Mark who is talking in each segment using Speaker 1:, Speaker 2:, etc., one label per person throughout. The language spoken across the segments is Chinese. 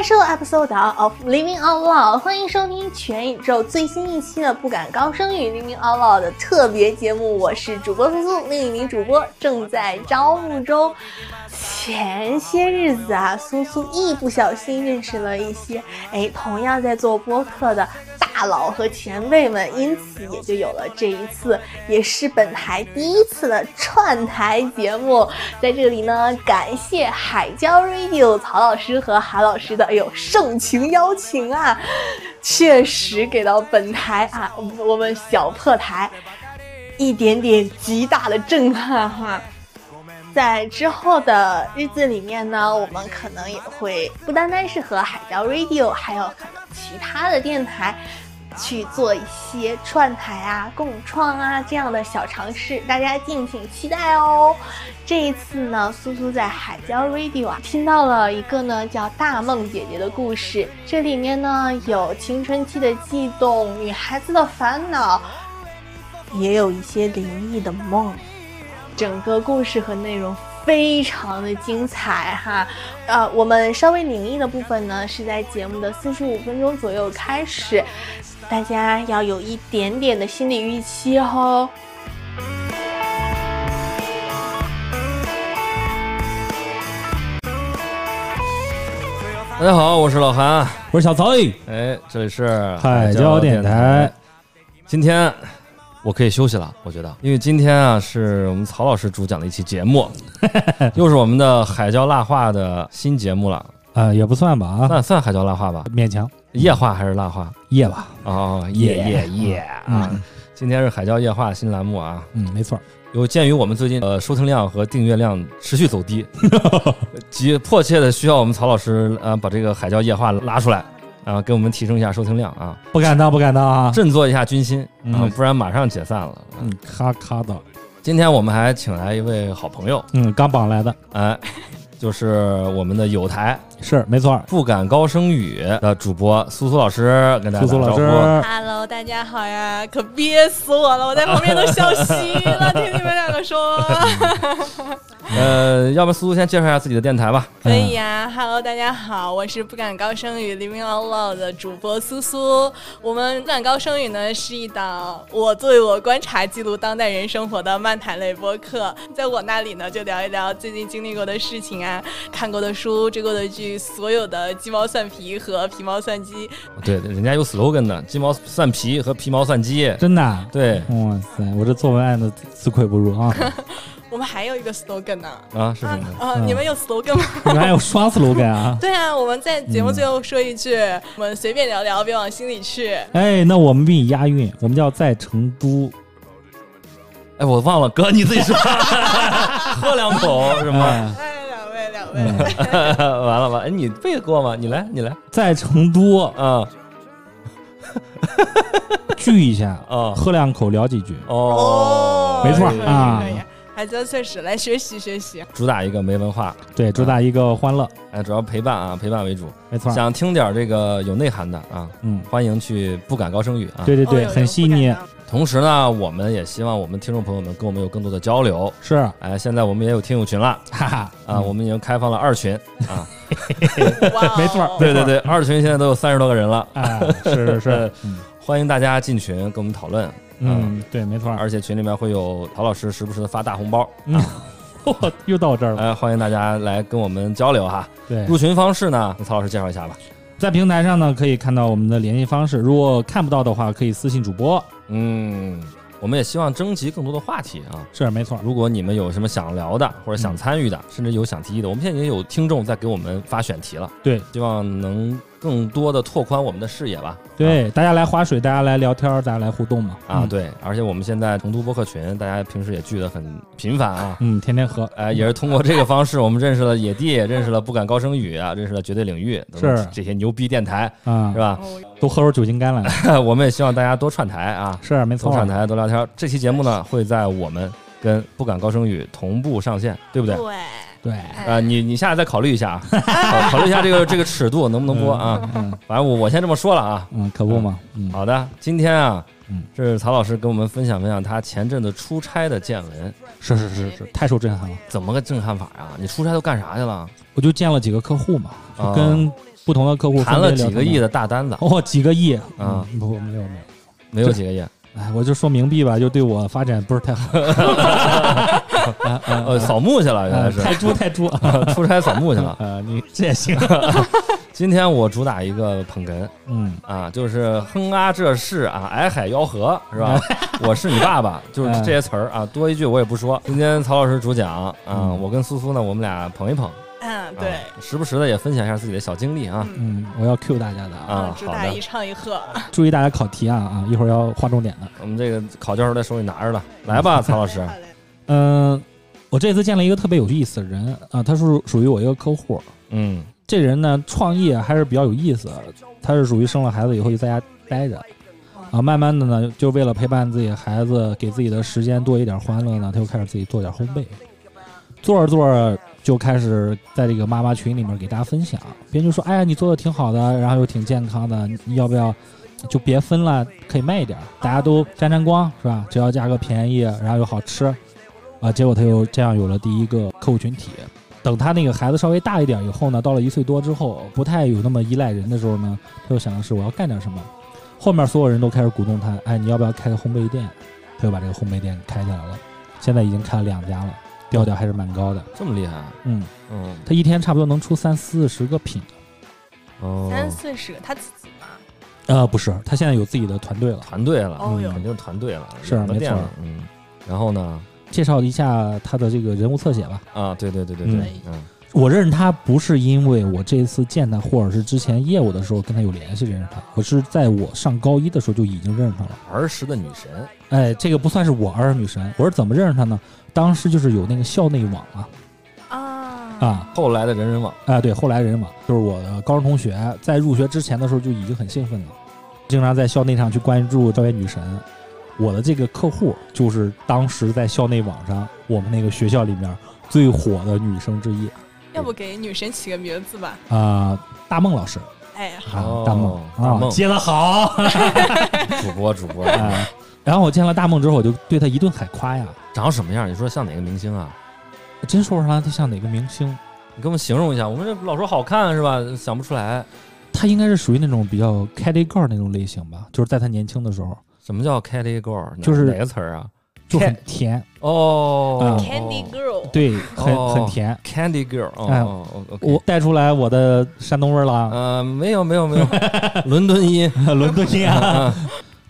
Speaker 1: 收 episode of Living Out Loud，欢迎收听全宇宙最新一期的《不敢高声语 Living Out Loud》的特别节目。我是主播苏苏，另一名主播正在招募中。前些日子啊，苏苏一不小心认识了一些哎，同样在做播客的大佬和前辈们，因此也就有了这一次，也是本台第一次的串台节目。在这里呢，感谢海椒 Radio 曹老师和韩老师的哎呦盛情邀请啊，确实给到本台啊，我们小破台一点点极大的震撼哈。在之后的日子里面呢，我们可能也会不单单是和海椒 Radio，还有可能其他的电台去做一些串台啊、共创啊这样的小尝试，大家敬请期待哦。这一次呢，苏苏在海椒 Radio 啊听到了一个呢叫大梦姐姐的故事，这里面呢有青春期的悸动、女孩子的烦恼，也有一些灵异的梦。整个故事和内容非常的精彩哈，呃，我们稍微灵异的部分呢是在节目的四十五分钟左右开始，大家要有一点点的心理预期哦。
Speaker 2: 大家好，我是老韩。
Speaker 3: 我是小曹，
Speaker 2: 哎，这里是
Speaker 3: 海椒电台。
Speaker 2: 今天我可以休息了，我觉得，因为今天啊是我们曹老师主讲的一期节 目，又是我们的海椒辣话的新节目了。
Speaker 3: 啊，也不算吧啊，
Speaker 2: 那算海椒辣话吧？
Speaker 3: 勉强
Speaker 2: 夜话还是辣话？
Speaker 3: 夜吧，
Speaker 2: 哦，夜
Speaker 3: 夜
Speaker 2: 夜夜啊！今天是海椒夜话新栏目啊。
Speaker 3: 嗯，没错，
Speaker 2: 有鉴于我们最近呃收听量和订阅量持续走低， 急迫切的需要我们曹老师呃把这个海椒夜话拉出来啊，给我们提升一下收听量啊。
Speaker 3: 不敢当，不敢当啊，
Speaker 2: 振作一下军心
Speaker 3: 嗯
Speaker 2: 啊，不然马上解散了。
Speaker 3: 嗯，咔咔的，
Speaker 2: 今天我们还请来一位好朋友，
Speaker 3: 嗯，刚绑来的，
Speaker 2: 哎，就是我们的友台
Speaker 3: 是没错，
Speaker 2: 不敢高声语的主播苏苏老师，跟大家
Speaker 3: 苏苏
Speaker 2: 打
Speaker 3: 老
Speaker 2: 招呼
Speaker 3: 师，
Speaker 4: Hello，大家好呀！可憋死我了，我在旁边都笑嘻了，听你们两个说，
Speaker 2: 呃，要不苏苏先介绍一下自己的电台吧？
Speaker 4: 可以呀、Hello，大家好，我是不敢高声语 Living Out Loud 的主播苏苏。我们不敢高声语呢是一档我对我观察记录当代人生活的漫谈类播客，在我那里呢就聊一聊最近经历过的事情啊，看过的书、追过的剧，所有的鸡毛蒜皮和皮毛蒜鸡。
Speaker 2: 对，人家有 slogan 的，鸡毛蒜皮和皮毛蒜鸡。
Speaker 3: 真的啊，
Speaker 2: 对
Speaker 3: 哇塞，我这做文案的自愧不 如啊，
Speaker 4: 我们还有一个 slogan 呢、
Speaker 2: 啊，是什
Speaker 4: 啊
Speaker 2: 么？
Speaker 4: 啊！你们有 slogan 吗？
Speaker 3: 你们还有双 slogan 啊，
Speaker 4: 对啊，我们在节
Speaker 3: 嗯
Speaker 4: 目最后说一句，我们随便聊聊，别往心里去。
Speaker 3: 哎，那我们比你押韵，我们叫在成都，
Speaker 2: 哎，我忘了，哥你自己 说，喝两口是吗？
Speaker 3: 哎，
Speaker 4: 哎，两位，两位，
Speaker 3: 嗯
Speaker 2: 完了完了，哎，你背过吗？你来，你来
Speaker 3: 在成都
Speaker 2: 啊
Speaker 3: 聚 一下，
Speaker 2: 啊
Speaker 3: 喝两口，聊几句，
Speaker 2: 哦，
Speaker 3: 没错
Speaker 2: 哎
Speaker 3: 啊
Speaker 4: 可以可以，海椒确实来学习学习。
Speaker 2: 主打一个没文化，
Speaker 3: 对，主打一个欢乐，
Speaker 2: 哎，主要陪伴啊，陪伴为主。
Speaker 3: 没错，
Speaker 2: 想听点这个有内涵的啊，
Speaker 3: 嗯，
Speaker 2: 欢迎去不敢高声语啊。
Speaker 3: 对对
Speaker 4: 哦
Speaker 3: 对，
Speaker 4: 有
Speaker 3: 很细
Speaker 4: 有
Speaker 3: 腻
Speaker 4: 不，敢当
Speaker 2: 同时呢，我们也希望我们听众朋友们跟我们有更多的交流。
Speaker 3: 是，
Speaker 2: 哎，现在我们也有听友群了
Speaker 3: 哈哈，
Speaker 2: 啊，我们已经开放了二群啊。
Speaker 4: 哇 哦，
Speaker 3: 没错儿
Speaker 2: 对对对，二群现在都有三十多个人了，
Speaker 3: 哎，是是
Speaker 2: 呃
Speaker 3: 是，嗯
Speaker 2: 欢迎大家进群跟我们讨论。
Speaker 3: 嗯，对，没错，
Speaker 2: 而且群里面会有陶老师时不时的发大红包，
Speaker 3: 我又到这儿了。
Speaker 2: 哎，欢迎大家来跟我们交流哈。
Speaker 3: 对，
Speaker 2: 入群方式呢，曹老师介绍一下吧。
Speaker 3: 哎在平台上呢，可以看到我们的联系方式。如果看不到的话，可以私信主播。
Speaker 2: 嗯，我们也希望征集更多的话题啊。
Speaker 3: 是，没错。
Speaker 2: 如果你们有什么想聊的，或者
Speaker 3: 嗯
Speaker 2: 想参与的，甚至有想提议的，我们现在也有听众在给我们发选题了。
Speaker 3: 对，
Speaker 2: 希望能更多的拓宽我们的视野吧。啊。
Speaker 3: 对，大家来划水，大家来聊天，大家来互动嘛。
Speaker 2: 啊，
Speaker 3: 嗯，，
Speaker 2: 对，而且我们现在成都播客群，大家平时也聚得很频繁啊
Speaker 3: 嗯，天天喝。
Speaker 2: 哎，也是通过这个方式，我们认识了野地，认识了不敢高声语啊，认识了绝对领域，都
Speaker 3: 是
Speaker 2: 这些牛逼电台，
Speaker 3: 啊
Speaker 2: 是，吧？
Speaker 4: 哦
Speaker 3: 都喝出酒精肝来了。
Speaker 2: 我们也希望大家多串台啊，
Speaker 3: 是，没
Speaker 2: 多
Speaker 3: 错。
Speaker 2: 串台，多聊天。这期节目呢，会在我们跟不敢高声语同步上线，对不对？
Speaker 4: 对，
Speaker 3: 对，
Speaker 2: 啊，你你下次再考虑一下啊，啊考虑一下这个这个尺度能不能播啊？
Speaker 3: 嗯
Speaker 2: 反正我我先这么说了啊。
Speaker 3: 嗯，可不嘛。嗯，
Speaker 2: 好的，今天啊
Speaker 3: 嗯，
Speaker 2: 这是曹老师跟我们分享分享他前阵子出差的见闻，
Speaker 3: 是是是是，太受震撼了。
Speaker 2: 啊怎么个震撼法呀、你出差都干啥去了？
Speaker 3: 我就见了几个客户嘛，
Speaker 2: 啊
Speaker 3: 就跟不同的客户
Speaker 2: 谈了
Speaker 3: 分别
Speaker 2: 几
Speaker 3: 聊
Speaker 2: 个亿的大单子，
Speaker 3: 哦，几个亿
Speaker 2: 啊
Speaker 3: 嗯不，没有没有。
Speaker 2: 没有几个亿。
Speaker 3: 哎，我就说冥币吧，就对我发展不是太 好。啊啊
Speaker 2: 呃，扫墓去了，原来
Speaker 3: 啊
Speaker 2: 是
Speaker 3: 太猪太猪啊！
Speaker 2: 出差扫墓去了。
Speaker 3: 啊，你这也 行。
Speaker 2: 今天我主打一个捧哏
Speaker 3: 嗯，
Speaker 2: 啊，就是哼啊这是啊，矮海吆喝是吧？ 我是你爸爸，就是这些词儿啊，多一句我也不说。今天曹老师主讲啊，
Speaker 3: 嗯
Speaker 2: 我跟苏苏呢，我们俩捧一捧，
Speaker 4: 嗯，
Speaker 2: 啊
Speaker 4: 对，
Speaker 2: 时不时的也分享一下自己的小经历啊。
Speaker 4: 嗯
Speaker 3: 嗯，我要 Q 大家的啊，
Speaker 2: 啊
Speaker 4: 主
Speaker 2: 好
Speaker 4: 打
Speaker 2: 的
Speaker 4: 一唱一和，
Speaker 3: 注意大家考题啊啊，一会儿要划重点的。
Speaker 2: 我们这个考教授在手里拿着了，来吧，曹老师
Speaker 4: 好嘞，
Speaker 3: 嗯，我这次见了一个特别有意思的人啊，他是属于我一个客户。
Speaker 2: 嗯，
Speaker 3: 这人呢，创业还是比较有意思，他是属于生了孩子以后就在家待着。啊，慢慢的呢，就为了陪伴自己孩子，给自己的时间多一点欢乐呢，他就开始自己做点烘焙，做着做着就开始在这个妈妈群里面给大家分享，别人就说：“哎呀，你做的挺好的，然后又挺健康的，你要不要？就别分了，可以卖一点儿，大家都沾沾光，是吧？只要价格便宜，然后又好吃，啊，结果他又这样有了第一个客户群体。等他那个孩子稍微大一点以后呢，到了一岁多之后，不太有那么依赖人的时候呢，他就想的是我要干点什么。后面所有人都开始鼓动他，哎，你要不要开个烘焙店？他就把这个烘焙店开起来了，现在已经开了两家了，调调还是蛮高的。
Speaker 2: 这么厉害，
Speaker 3: 嗯，
Speaker 2: 嗯，
Speaker 3: 他一天差不多能出三四十个品。
Speaker 2: 哦，
Speaker 4: 三四十个，他自己嘛，
Speaker 3: 呃，不是，他现在有自己的团队了。
Speaker 2: 团队了，
Speaker 4: 哦哟
Speaker 2: 肯定团队了，
Speaker 3: 是
Speaker 2: 有了
Speaker 3: 没
Speaker 2: 店
Speaker 3: 错
Speaker 2: 了，嗯。然后呢？
Speaker 3: 介绍一下他的这个人物侧写吧。
Speaker 2: 啊，对对对对对，嗯，
Speaker 3: 我认识他不是因为我这次见他，或者是之前业务的时候跟他有联系认识他，我是在我上高一的时候就已经认识他了。
Speaker 2: 儿时的女神，
Speaker 3: 哎，这个不算是我儿女神，我是怎么认识他呢？当时就是有那个校内网啊
Speaker 4: 啊
Speaker 3: 啊
Speaker 2: 后来的人人网，
Speaker 3: 啊，对，后来人网就是我的高中同学，在入学之前的时候就已经很兴奋了，经常在校内上去关注这位女神。我的这个客户就是当时在校内网上我们那个学校里面最火的女生之一
Speaker 4: 要不给女神起个名字吧？
Speaker 3: 啊、大梦老师
Speaker 4: 哎，
Speaker 3: 啊，
Speaker 2: 哦
Speaker 3: 大梦，
Speaker 2: 大
Speaker 3: 啊
Speaker 2: 梦
Speaker 3: 接的好。
Speaker 2: 主播主 播，
Speaker 3: 哎，然后我见了大梦之后，我就对他一顿海夸呀，
Speaker 2: 长什么样？你说像哪个明星啊？
Speaker 3: 真说不上来他像哪个明星，
Speaker 2: 你给我们形容一下。我们这老说好看是吧？想不出来
Speaker 3: 他应该是属于那种比较开了一盖儿那种类型吧，就是在他年轻的时候
Speaker 2: 什么叫 Kelly Girl，哪
Speaker 3: 就是
Speaker 2: 哪个词儿啊？
Speaker 3: 就很
Speaker 2: 开
Speaker 3: 甜，
Speaker 2: 哦
Speaker 3: 嗯
Speaker 4: ，Candy Girl，
Speaker 3: 对，很、
Speaker 2: 哦
Speaker 3: 很甜。
Speaker 2: Girl，Candy Girl，哦
Speaker 3: 哎
Speaker 2: 哦哦，OK，
Speaker 3: 我带出来我的山东味儿了，
Speaker 2: 呃，没有没有 没有，伦敦音，
Speaker 3: 伦敦音啊！
Speaker 2: 啊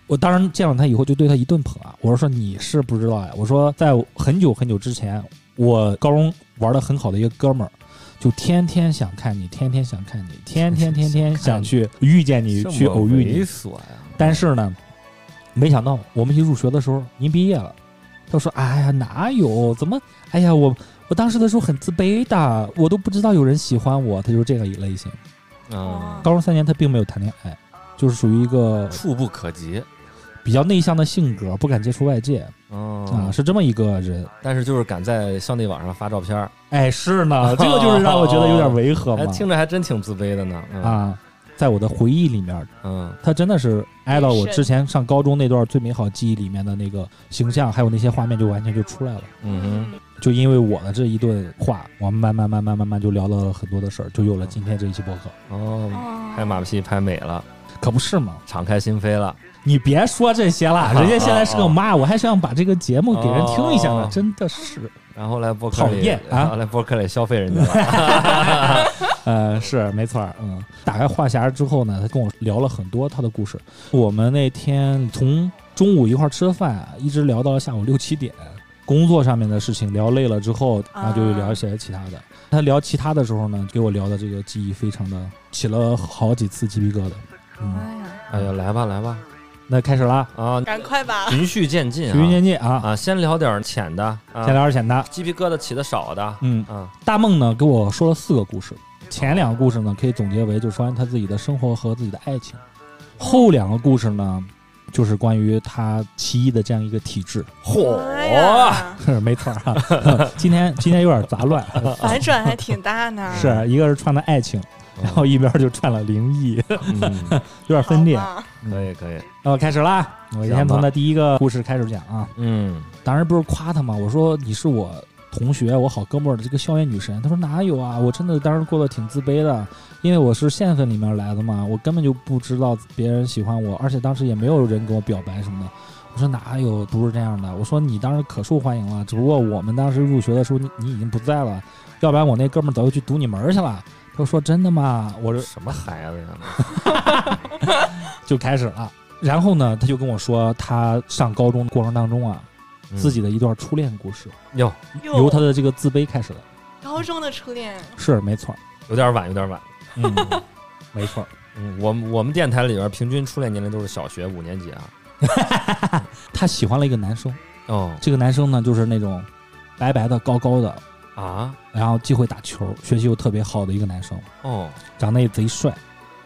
Speaker 3: 我当时见了他以后就对他一顿捧啊，我说你是不知道呀，我说在很久很久之前，我高中玩的很好的一个哥们儿。就天天想看你，天天想看你，天天天天想去遇见你，去偶遇你
Speaker 2: 猥。琐呀！
Speaker 3: 但是呢，没想到我们一入学的时候，您毕业了，他说：“哎呀，哪有？怎么？哎呀，我我当时的时候很自卑的，我都不知道有人喜欢我。”他就是这个类型。
Speaker 4: 哦
Speaker 2: 啊，
Speaker 3: 高中三年，他并没有谈恋爱，就是属于一个
Speaker 2: 触不可
Speaker 3: 啊
Speaker 2: 及，
Speaker 3: 比较内向的性格，不敢接触外界啊，
Speaker 2: 嗯，
Speaker 3: 是这么一个人。
Speaker 2: 但是就是敢在校内网上发照片儿，
Speaker 3: 哎，是呢，这个就是让我觉得有点违和
Speaker 2: 哎，
Speaker 3: 嘛
Speaker 2: 听着还真挺自卑的呢。嗯，
Speaker 3: 啊。在我的回忆里面，
Speaker 2: 嗯，
Speaker 3: 他真的是挨到我之前上高中那段最美好记忆里面的那个形象，还有那些画面，就完全就出来了。
Speaker 2: 嗯
Speaker 3: 就因为我的这一顿话，我们慢慢慢慢慢慢就聊到了很多的事儿，就有了今天这一期播客，
Speaker 2: 哼，哦，
Speaker 4: 哦
Speaker 2: 拍马屁拍美了，
Speaker 3: 可不是嘛？
Speaker 2: 敞开心扉了。
Speaker 3: 你别说这些了，
Speaker 2: 哦
Speaker 3: 人家现在是个妈，我还想把这个节目给人听一下呢
Speaker 2: 哦，
Speaker 3: 真的是，
Speaker 2: 然后来博客
Speaker 3: 讨
Speaker 2: 里，
Speaker 3: 厌啊
Speaker 2: 然后来博客里消费人家了。
Speaker 3: 呃，是没错儿，嗯。打开话匣之后呢，他跟我聊了很多他的故事。我们那天从中午一块儿吃饭，啊一直聊到了下午六七点。工作上面的事情聊累了之后，那就聊一些其他的。他聊其他的时候呢，给我聊的这个记忆非常的起了好几次鸡皮疙瘩。嗯，
Speaker 4: 哎呀，
Speaker 2: 哎呀，来吧来吧，
Speaker 3: 那开始啦，
Speaker 2: 啊，
Speaker 4: 赶快吧，
Speaker 2: 循序渐进
Speaker 3: 循序
Speaker 2: 啊，
Speaker 3: 渐进啊，
Speaker 2: 啊，先聊点浅的，啊
Speaker 3: 先聊点简单。
Speaker 2: 鸡皮疙瘩起的少的，
Speaker 3: 嗯，
Speaker 2: 啊，
Speaker 3: 大梦呢给我说了四个故事，前两个故事呢可以总结为就是关于他自己的生活和自己的爱情，后两个故事呢就是关于他奇异的这样一个体质。
Speaker 4: 哎呀，
Speaker 3: 没错儿啊， 今天今天有点杂 乱，
Speaker 4: 反转还挺大呢，
Speaker 3: 是啊一个是串的爱情，然后一边就串了灵异，
Speaker 2: 嗯，
Speaker 3: 有点分裂。
Speaker 4: 好吧
Speaker 2: 可以可以，
Speaker 3: 那我开始啦，我
Speaker 2: 讲吧
Speaker 3: 先从他第一个故事开始讲啊。
Speaker 2: 嗯
Speaker 3: 当时不是夸他吗？我说你是我同学，我好哥们儿的这个校园女神。他说哪有啊，我真的当时过得挺自卑的，因为我是县份里面来的嘛，我根本就不知道别人喜欢我，而且当时也没有人跟我表白什么的。我说哪有，不是这样的。我说你当时可受欢迎了，只不过我们当时入学的时候你你已经不在了，要不然我那哥们儿早就去堵你门儿去了。他说真的吗？我说
Speaker 2: 什么孩子呀？
Speaker 3: 就开始了。然后呢，他就跟我说，他上高中的过程当中啊，
Speaker 2: 嗯
Speaker 3: 自己的一段初恋故事，
Speaker 2: 哟，
Speaker 3: 由他的这个自卑开始的。
Speaker 4: 高中的初恋，
Speaker 3: 是，没错儿，
Speaker 2: 有点晚，有点晚。
Speaker 3: 嗯，没错儿。
Speaker 2: 嗯，我们我们电台里边平均初恋年龄都是小学五年级啊。
Speaker 3: 他喜欢了一个男生，
Speaker 2: 哦
Speaker 3: 这个男生呢，就是那种白白的、高高的，
Speaker 2: 啊，
Speaker 3: 然后既会打球，学习又特别好的一个男生，
Speaker 2: 哦
Speaker 3: 长得也贼帅，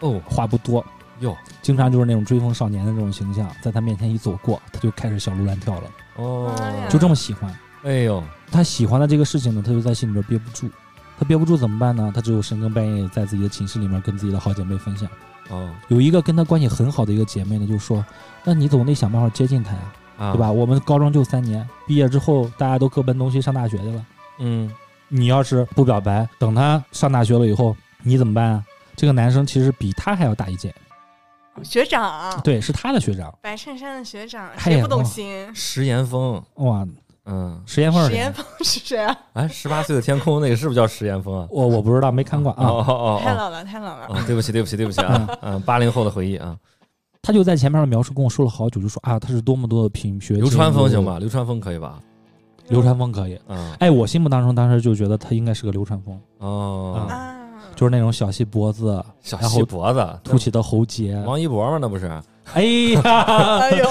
Speaker 2: 哦
Speaker 3: 话不多，
Speaker 2: 哟
Speaker 3: 经常就是那种追风少年的这种形象，在他面前一走过，他就开始小鹿乱跳了，
Speaker 4: 妈呀
Speaker 2: 哦，
Speaker 3: 就这么喜欢。
Speaker 2: 哎呦，
Speaker 3: 他喜欢的这个事情呢，他就在心里边憋不住，他憋不住怎么办呢？他只有深更半夜在自己的寝室里面跟自己的好姐妹分享。
Speaker 2: 哦
Speaker 3: 有一个跟他关系很好的一个姐妹呢，就说：“那你总得想办法接近他呀，
Speaker 2: 啊，
Speaker 3: 对吧？？我们高中就三年，毕业之后大家都各奔东西，上大学去了。
Speaker 2: 嗯，
Speaker 3: 你要是不表白，等他上大学了以后，你怎么办啊？”这个男生其实比他还要大一届，
Speaker 4: 学长，
Speaker 3: 对，是他的学长。
Speaker 4: 白衬衫的学长，
Speaker 3: 哎呀
Speaker 4: 谁不懂
Speaker 3: 我
Speaker 4: 心？
Speaker 2: 石岩峰，
Speaker 3: 哇，
Speaker 2: 嗯，
Speaker 3: 石岩峰是
Speaker 4: 石
Speaker 3: 谁
Speaker 4: 岩？峰是谁啊？
Speaker 2: 哎，十八岁的天空那个是不是叫石岩峰啊？
Speaker 3: 我我不知道，没看 过
Speaker 2: 哦
Speaker 3: 啊。
Speaker 2: 哦哦
Speaker 4: 太
Speaker 2: 哦
Speaker 4: 老了，太老了。
Speaker 2: 哦，对不起对不起对不起啊，嗯，八零后的回忆啊，
Speaker 3: 他就在前面的描述跟我说了好久，就说啊，他是多么多的品学。
Speaker 2: 流川枫行？
Speaker 3: 嗯
Speaker 2: 吗？流川枫可以吧？
Speaker 3: 流川枫可以。
Speaker 2: 嗯
Speaker 3: 哎，我心目当中当时就觉得他应该是个流川枫，
Speaker 2: 哦，
Speaker 3: 啊
Speaker 4: 啊，
Speaker 3: 就是那种小细脖子、
Speaker 2: 小
Speaker 3: 然后
Speaker 2: 细脖子，
Speaker 3: 凸起的喉结。
Speaker 2: 王一博吗？那不是？
Speaker 3: 哎呀，
Speaker 4: 哎 呦，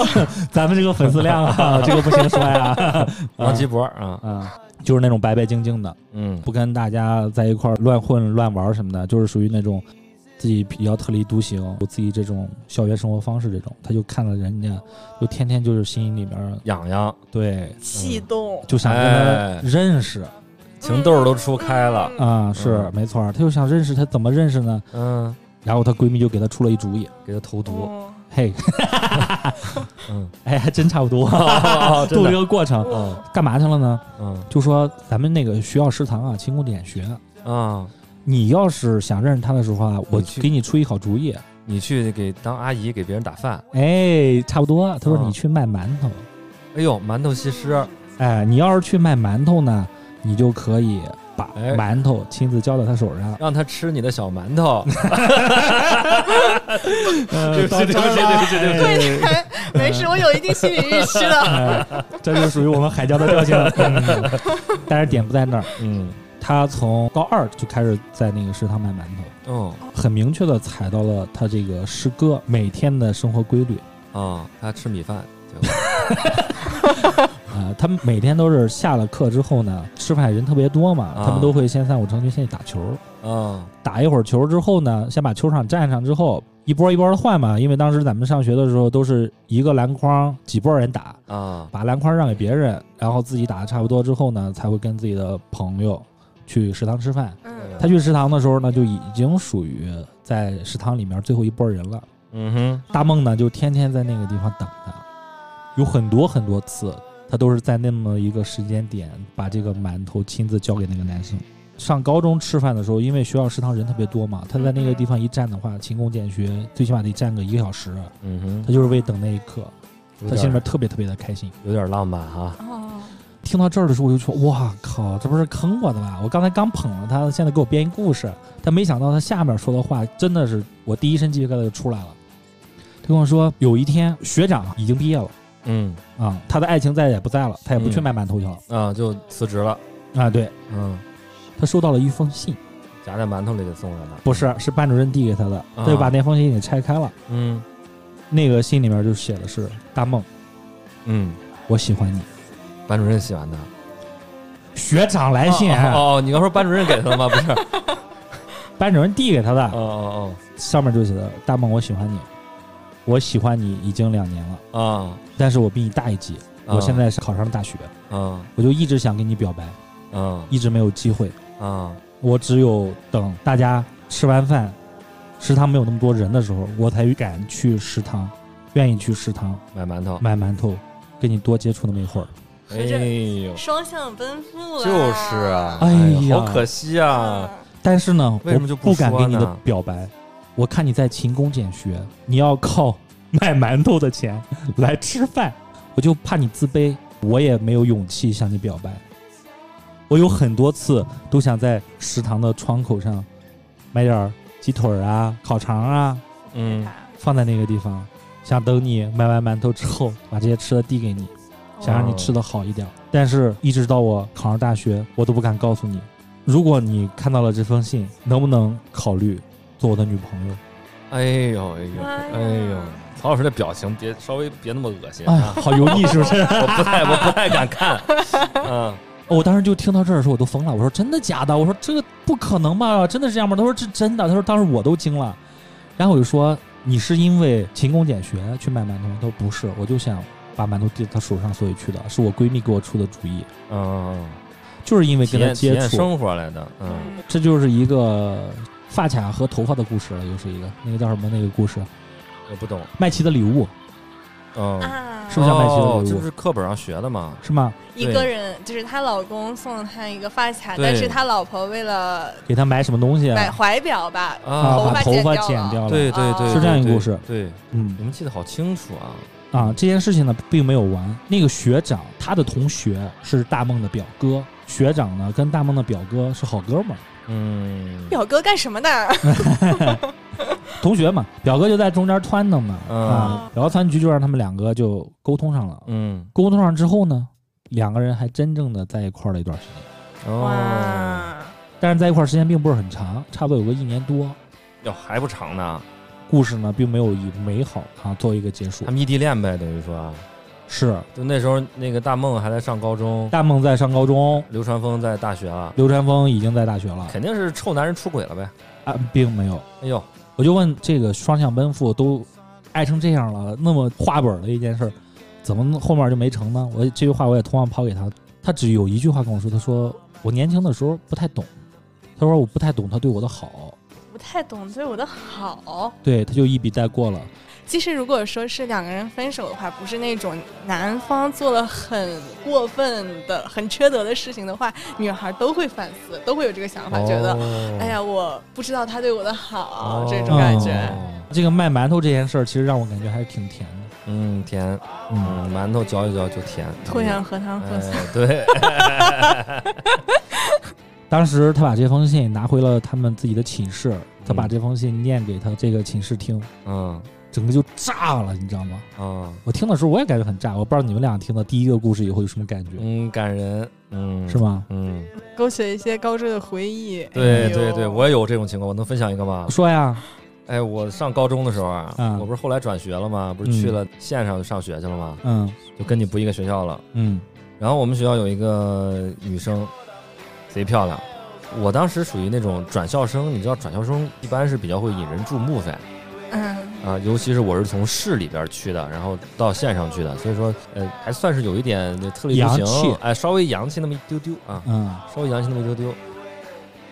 Speaker 3: 咱们这个粉丝量啊，这个不行说呀。
Speaker 2: 王一博啊，
Speaker 3: 啊，就是那种白白净净的，
Speaker 2: 嗯，
Speaker 3: 不跟大家在一块儿乱混乱玩什么的，就是属于那种自己比较特立独行，有自己这种校园生活方式这种。他就看了人家，就天天就是心里面
Speaker 2: 痒痒，
Speaker 3: 对，
Speaker 4: 气动，
Speaker 3: 就想跟
Speaker 2: 哎
Speaker 3: 他认识
Speaker 2: 情窦都出开了，
Speaker 4: 嗯
Speaker 3: 啊，是
Speaker 2: 嗯
Speaker 3: 没错儿。他就想认识他，怎么认识呢？
Speaker 2: 嗯，
Speaker 3: 然后她闺蜜就给她出了一主意，
Speaker 2: 给他投毒，
Speaker 4: 哦
Speaker 3: 嘿，
Speaker 2: 嗯，
Speaker 3: 哎，还真差不多，
Speaker 2: 哦
Speaker 3: 都有这，个过程。
Speaker 2: 哦
Speaker 3: 干嘛去了呢？
Speaker 2: 嗯
Speaker 3: 就说咱们那个学校食堂啊，勤工俭学。
Speaker 2: 嗯啊，
Speaker 3: 你要是想认识他的时候啊，
Speaker 2: 嗯
Speaker 3: 我
Speaker 2: 你去嗯
Speaker 3: 给你出一好主意。
Speaker 2: 你去给当阿姨给别人打饭，
Speaker 3: 哎，差不多。他说
Speaker 2: 嗯
Speaker 3: 你去卖馒头，
Speaker 2: 哎呦，馒头西施，
Speaker 3: 哎，你要是去卖馒头呢，你就可以把
Speaker 2: 哎
Speaker 3: 馒头亲自交到他手 上。
Speaker 2: 让他吃你的小馒 头，
Speaker 3: 对
Speaker 2: 不起对不起对不起对不
Speaker 4: 对 对，没事，我有一定心理预期 的。
Speaker 3: 呃这就属于我们海椒的调性了。嗯但是点不在那儿，
Speaker 2: 嗯，
Speaker 3: 他从高二就开始在那个食堂卖馒头。
Speaker 2: 哦
Speaker 3: 很明确的踩到了他这个师哥每天的生活规律
Speaker 4: 哦
Speaker 2: 啊，他吃米饭，结果
Speaker 3: 啊、他们每天都是下了课之后呢，吃饭人特别多嘛，
Speaker 2: 啊
Speaker 3: 他们都会先三五成群先去打球，
Speaker 2: 啊，
Speaker 3: 打一会儿球之后呢，先把球场占上之后，一波一波的换嘛，因为当时咱们上学的时候都是一个篮筐几波人打，
Speaker 2: 啊，
Speaker 3: 把篮筐让给别人，然后自己打的差不多之后呢，才会跟自己的朋友去食堂吃饭。
Speaker 4: 嗯，
Speaker 3: 他去食堂的时候呢，就已经属于在食堂里面最后一波人了。
Speaker 2: 嗯哼，
Speaker 3: 大梦呢就天天在那个地方等他，有很多很多次，他都是在那么一个时间点把这个馒头亲自交给那个男生。上高中吃饭的时候，因为学校食堂人特别多嘛，他在那个地方一站的话，勤工俭学，最起码得站个一个小时。啊
Speaker 2: 嗯哼
Speaker 3: 他，就是为等那一刻，
Speaker 2: 有
Speaker 3: 他心里
Speaker 2: 点
Speaker 3: 面特别特别的开心。
Speaker 2: 有点浪漫啊，
Speaker 4: 哦，
Speaker 3: 听到这儿的时候，我就说：“哇靠，这不是坑我的吧？我刚才刚捧了他，现在给我编一故事。”他没想到他下面说的话真的是我第一身鸡皮疙瘩就出来了。他跟我说，有一天学长已经毕业了
Speaker 2: 嗯
Speaker 3: 啊、他的爱情再也不在了，他也不去
Speaker 2: 嗯
Speaker 3: 卖馒头去了、
Speaker 2: 啊，就辞职了，
Speaker 3: 啊。对
Speaker 2: 嗯，
Speaker 3: 他收到了一封信，
Speaker 2: 夹在馒头里给送来的，
Speaker 3: 不是，是班主任递给他的，他就把那封信给拆开了。
Speaker 2: 嗯
Speaker 3: 那个信里面就写的是：“大梦，
Speaker 2: 嗯，
Speaker 3: 我喜欢你。
Speaker 2: 班主任喜欢他。”
Speaker 3: 学长来信，
Speaker 2: 哦哦，你刚说班主任给他的吗？不 是，哦
Speaker 3: 班主任递给他的，
Speaker 2: 哦
Speaker 3: 上面就写的：“大梦，我喜欢你，我喜欢你已经两年了。”
Speaker 2: 哦，啊，
Speaker 3: 但是我比你大一级，
Speaker 2: 啊
Speaker 3: 我现在是考上了大学，
Speaker 2: 啊
Speaker 3: 我就一直想跟你表白，
Speaker 2: 啊
Speaker 3: 一直没有机会。
Speaker 2: 啊
Speaker 3: 我只有等大家吃完饭，食堂没有那么多人的时候，我才敢去食堂，愿意去食堂
Speaker 2: 买馒头，
Speaker 3: 买馒头，跟你多接触那么一会儿。
Speaker 2: 哎
Speaker 4: 合着
Speaker 2: 呦，
Speaker 4: 哦双向奔赴了，
Speaker 2: 就是啊，
Speaker 3: 哎呀
Speaker 2: 好可惜啊！
Speaker 3: 但是呢，
Speaker 2: 为什么就
Speaker 3: 我
Speaker 2: 不
Speaker 3: 不敢
Speaker 2: 说
Speaker 3: 给你的
Speaker 2: 呢
Speaker 3: 表白？我看你在勤工俭学，你要靠卖馒头的钱来吃饭，我就怕你自卑，我也没有勇气向你表白。我有很多次都想在食堂的窗口上买点儿鸡腿儿啊、烤肠啊，
Speaker 2: 嗯，
Speaker 3: 放在那个地方，想等你卖完馒头之后，把这些吃的递给你，想让你吃的好一点。但是，一直到我考上大学，我都不敢告诉你。如果你看到了这封信，能不能考虑做我的女朋友？
Speaker 2: 哎呦哎呦
Speaker 4: 哇呀
Speaker 2: 哎呦，曹老师这表情别稍微别那么恶心
Speaker 3: 哎呀
Speaker 2: 啊，！
Speaker 3: 好油腻，是不是？
Speaker 2: 我不太我不太敢看，嗯，
Speaker 3: 我当时就听到这儿的时候，我都疯了。我说真的假的？我说这个不可能吧？真的是这样吗？他说这真的。他说当时我都惊了。然后我就说你是因为勤工俭学去卖馒头吗？他说不是，我就想把馒头递到他手上，所以去的，是我闺蜜给我出的主意。
Speaker 2: 嗯嗯，
Speaker 3: 就是因为
Speaker 2: 嗯体
Speaker 3: 跟他
Speaker 2: 验体
Speaker 3: 接
Speaker 2: 验
Speaker 3: 触，
Speaker 2: 生活来的，嗯，
Speaker 3: 这就是一个发卡和头发的故事了，又是一个那个叫什么那个故事，
Speaker 2: 我不懂，
Speaker 3: 麦琪的礼物
Speaker 2: 嗯，
Speaker 4: 啊，
Speaker 3: 是不是叫麦琪的
Speaker 2: 哦
Speaker 3: 礼物
Speaker 2: 这不是课本上学的吗？
Speaker 3: 是吗？
Speaker 4: 一个人就是她老公送了她一个发卡，
Speaker 2: 对
Speaker 4: 但是她老婆为了
Speaker 3: 给他买什么东西
Speaker 4: 买
Speaker 3: 啊？
Speaker 4: 怀表吧，
Speaker 3: 啊，
Speaker 2: 啊
Speaker 4: 头，
Speaker 3: 把
Speaker 4: 发
Speaker 3: 头
Speaker 4: 剪
Speaker 3: 发
Speaker 4: 掉
Speaker 3: 剪
Speaker 4: 了
Speaker 3: 掉了。
Speaker 2: 对对对，
Speaker 4: 啊
Speaker 3: 是这样一个
Speaker 2: 对
Speaker 3: 故事。
Speaker 2: 对，
Speaker 3: 嗯
Speaker 2: 你们记得好清楚啊，
Speaker 3: 啊，这件事情呢并没有完。那个学长他的同学是大梦的表哥，学长呢跟大梦的表哥是好哥们儿，
Speaker 2: 嗯，
Speaker 4: 表哥干什么的？
Speaker 3: 同学嘛， 表哥就在中间撺掇嘛
Speaker 2: 嗯
Speaker 3: 啊，然后团局就让他们两个就沟通上了。
Speaker 2: 嗯，
Speaker 3: 沟通上之后呢，两个人还真正的在一块儿了一段时间。
Speaker 2: 哦，
Speaker 4: 哇，
Speaker 3: 但是在一块儿时间并不是很长，差不多有个一年多。
Speaker 2: 哟，还不长呢，
Speaker 3: 故事呢，并没有以美好啊做一个结束
Speaker 2: 他。们异地恋呗，等于说，
Speaker 3: 是
Speaker 2: 就那时候那个大梦还在上高中，
Speaker 3: 大梦在上高中，
Speaker 2: 流川枫在大学了，
Speaker 3: 刘传峰已经在大学了
Speaker 2: 肯定是臭男人出轨了呗。
Speaker 3: 啊，并没有。
Speaker 2: 哎呦，
Speaker 3: 我就问这个双向奔赴都爱成这样了，那么画本的一件事儿，怎么后面就没成呢？我这句话我也同样抛给他，他只有一句话跟我说，他说我年轻的时候不太懂，他说我不太懂他对我的好，
Speaker 4: 不太懂对我的好。
Speaker 3: 对他就一笔带过了。
Speaker 4: 其实如果说是两个人分手的话，不是那种男方做了很过分的、很缺德的事情的话，女孩都会反思，都会有这个想法，觉得
Speaker 2: 哦
Speaker 4: 哎，呀，我不知道他对我的好、
Speaker 2: 哦
Speaker 4: 这种感觉。
Speaker 2: 哦
Speaker 3: 这个卖馒头这件事儿，其实让我感觉还是挺甜的。
Speaker 2: 嗯，甜，嗯，馒头嚼一嚼就甜，
Speaker 4: 突然喝汤喝
Speaker 2: 哎
Speaker 4: 水，，
Speaker 2: 对，
Speaker 3: 当时他把这封信拿回了他们自己的寝室，他把这封信念给他这个寝室听，
Speaker 2: 嗯
Speaker 3: 整个就炸了，你知道吗？
Speaker 2: 啊，
Speaker 3: 我听的时候我也感觉很炸，我不知道你们俩听的第一个故事以后有什么感觉，
Speaker 2: 嗯，感人，嗯，
Speaker 3: 是？吗？
Speaker 2: 嗯，
Speaker 4: 勾起了一些高中的回忆。哎
Speaker 2: 对
Speaker 4: 呦
Speaker 2: 对对，我也有这种情况，我能分享一个吗？
Speaker 3: 说呀，
Speaker 2: 哎，我上高中的时候啊，
Speaker 3: 嗯
Speaker 2: 我不是后来转学了吗？不是
Speaker 3: 嗯
Speaker 2: 去了县上上学去了吗？
Speaker 3: 嗯
Speaker 2: 就跟你不一个学校了。
Speaker 3: 嗯
Speaker 2: 然后我们学校有一个女生，贼漂亮。我当时属于那种转校生，你知道转校生一般是比较会引人注目噻，
Speaker 4: 嗯，
Speaker 2: 啊，尤其是我是从市里边去的，然后到县上去的，所以说呃还算是有一点那特立独
Speaker 3: 洋气
Speaker 2: 行，哎，稍微洋气那么一丢丢啊，
Speaker 3: 嗯
Speaker 2: 稍微洋气那么一丢丢。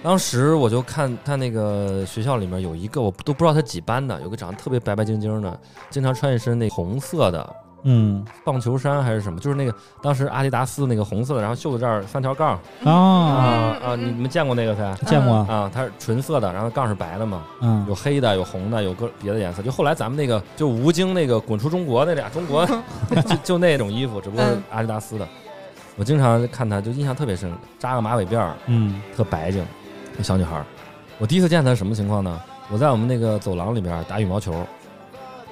Speaker 2: 当时我就看看那个学校里面有一个我都不知道他几班的，有个长得特别白白净净的，经常穿一身那红色的
Speaker 3: 嗯
Speaker 2: 棒球衫还是什么，就是那个当时阿迪达斯那个红色的，然后袖子这儿三条杠啊
Speaker 3: 啊，
Speaker 2: 啊，你们见过那个噻？
Speaker 3: 见过啊，
Speaker 2: 啊，它是纯色的，然后杠是白的嘛，有
Speaker 3: 嗯
Speaker 2: 黑的，有红的，有个别的颜色。就后来咱们那个就吴京那个《滚出中国》那俩中国，就就那种衣服，只不过是
Speaker 4: 嗯
Speaker 2: 阿迪达斯的。我经常看她，就印象特别深，扎个马尾辫儿，
Speaker 3: 嗯
Speaker 2: 特白净，那小女孩儿。我第一次见她是什么情况呢？我在我们那个走廊里边打羽毛球，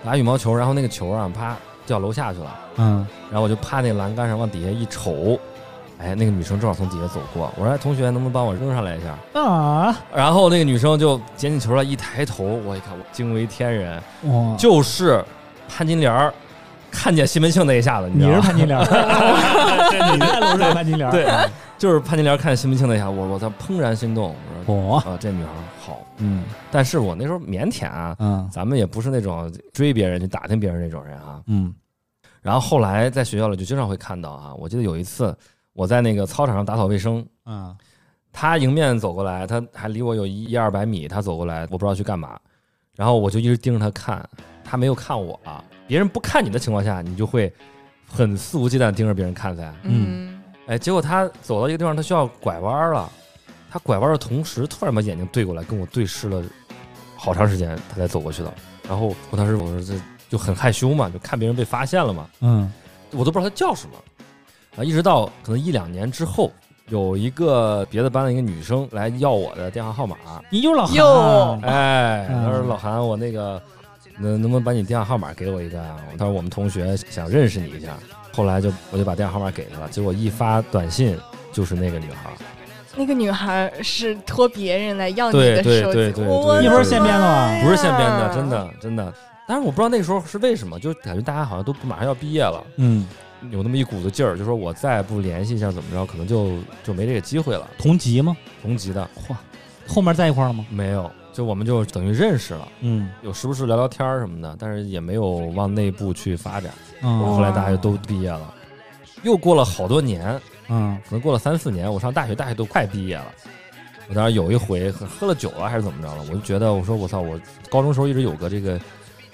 Speaker 2: 打羽毛球，然后那个球啊，啪掉楼下去了。
Speaker 3: 嗯
Speaker 2: 然后我就趴那栏杆上往底下一瞅，哎，那个女生正好从底下走过，我说哎同学能不能帮我扔上来一下？
Speaker 3: 啊，
Speaker 2: 然后那个女生就捡起球来，一抬头，我一看，我惊为天人，
Speaker 3: 哇，
Speaker 2: 就是潘金莲儿看见西门庆那一下子，你
Speaker 3: 你
Speaker 2: 知道
Speaker 3: 是
Speaker 2: 吗？
Speaker 3: 潘金莲 儿，你在楼上潘金莲，
Speaker 2: 对，，就是潘金莲儿看见西门庆那一下，我我操，怦然心动，我说
Speaker 3: 我
Speaker 2: 啊、这女孩儿好，
Speaker 3: 嗯
Speaker 2: 但是我那时候腼腆啊，
Speaker 3: 嗯
Speaker 2: 咱们也不是那种追别人去打听别人那种人啊，
Speaker 3: 嗯
Speaker 2: 然后后来在学校里就经常会看到啊，我记得有一次我在那个操场上打扫卫生，
Speaker 3: 啊
Speaker 2: 他迎面走过来，他还离我有一一二百米，他走过来，我不知道去干嘛，啊然后我就一直盯着他看，他没有看我、别人不看你的情况下，你就会很肆无忌惮地盯着别人看噻。
Speaker 4: 嗯
Speaker 2: 哎，结果他走到一个地方，他需要拐弯了。他拐弯的同时，突然把眼睛对过来，跟我对视了好长时间，他才走过去的。然后我当时我说这就很害羞嘛，就看别人被发现了嘛，
Speaker 3: 嗯
Speaker 2: 我都不知道他叫什么。啊，一直到可能一两年之后，有一个别的班的一个女生来要我的电话号码，
Speaker 3: 你又老喊
Speaker 4: 哟
Speaker 2: 哎，
Speaker 3: 嗯
Speaker 2: 他说老韩，我那个能能不能把你电话号码给我一个啊？他说我们同学想认识你一下，后来就我就把电话号码给他了，结果一发短信就是那个女孩儿，
Speaker 4: 那个女孩是托别人来要你
Speaker 2: 对
Speaker 4: 的
Speaker 2: 对
Speaker 4: 手
Speaker 2: 对
Speaker 4: 机，
Speaker 2: 对
Speaker 4: 我
Speaker 2: 对
Speaker 4: 的
Speaker 2: 一会儿现啊
Speaker 3: 编了吧
Speaker 4: 妈呀
Speaker 2: 不是现编
Speaker 4: 啊
Speaker 2: 的，真。的真的。但是我不知道那时候是为什么，就感觉大家好像都马上要毕业了，
Speaker 3: 嗯，
Speaker 2: 有那么一股子劲儿，就说我再不联系一下怎么着，可能就就没这个机会了。
Speaker 3: 同级吗？
Speaker 2: 同级的
Speaker 3: 嚯，后面在一块儿了吗？
Speaker 2: 没有，就我们就等于认识了，
Speaker 3: 嗯，
Speaker 2: 有时不时聊聊天儿什么的，但是也没有往内部去发展。后
Speaker 3: 嗯
Speaker 2: 来大家就都毕业了，又过了好多年，
Speaker 3: 嗯
Speaker 2: 可能过了三四年，我上大学，大学都快毕业了。我当时有一回喝喝了酒了还是怎么着了，我就觉得我说我操，我高中时候一直有个这个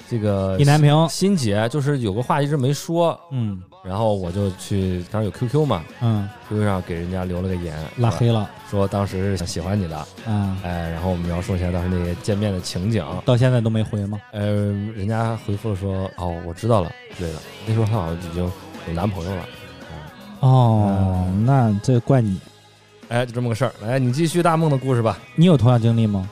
Speaker 2: 这个
Speaker 3: 意难平，
Speaker 2: 心结，就是有个话一直没说，
Speaker 3: 嗯
Speaker 2: 然后我就去当时有 QQ 嘛
Speaker 3: 嗯，
Speaker 2: ，QQ 上给人家留了个言，
Speaker 3: 拉黑了
Speaker 2: 说当时是喜欢你的，
Speaker 3: 啊，
Speaker 2: 哎，然后我们描述一下当时那个见面的情景，
Speaker 3: 到现在都没回吗？
Speaker 2: 呃，人家回复了说哦我知道了之类的，那时候她好像已经有男朋友了。
Speaker 3: 哦，
Speaker 2: 嗯
Speaker 3: 那这怪你，
Speaker 2: 哎，就这么个事儿。来，你继续大梦的故事吧。
Speaker 3: 你有同样经历吗？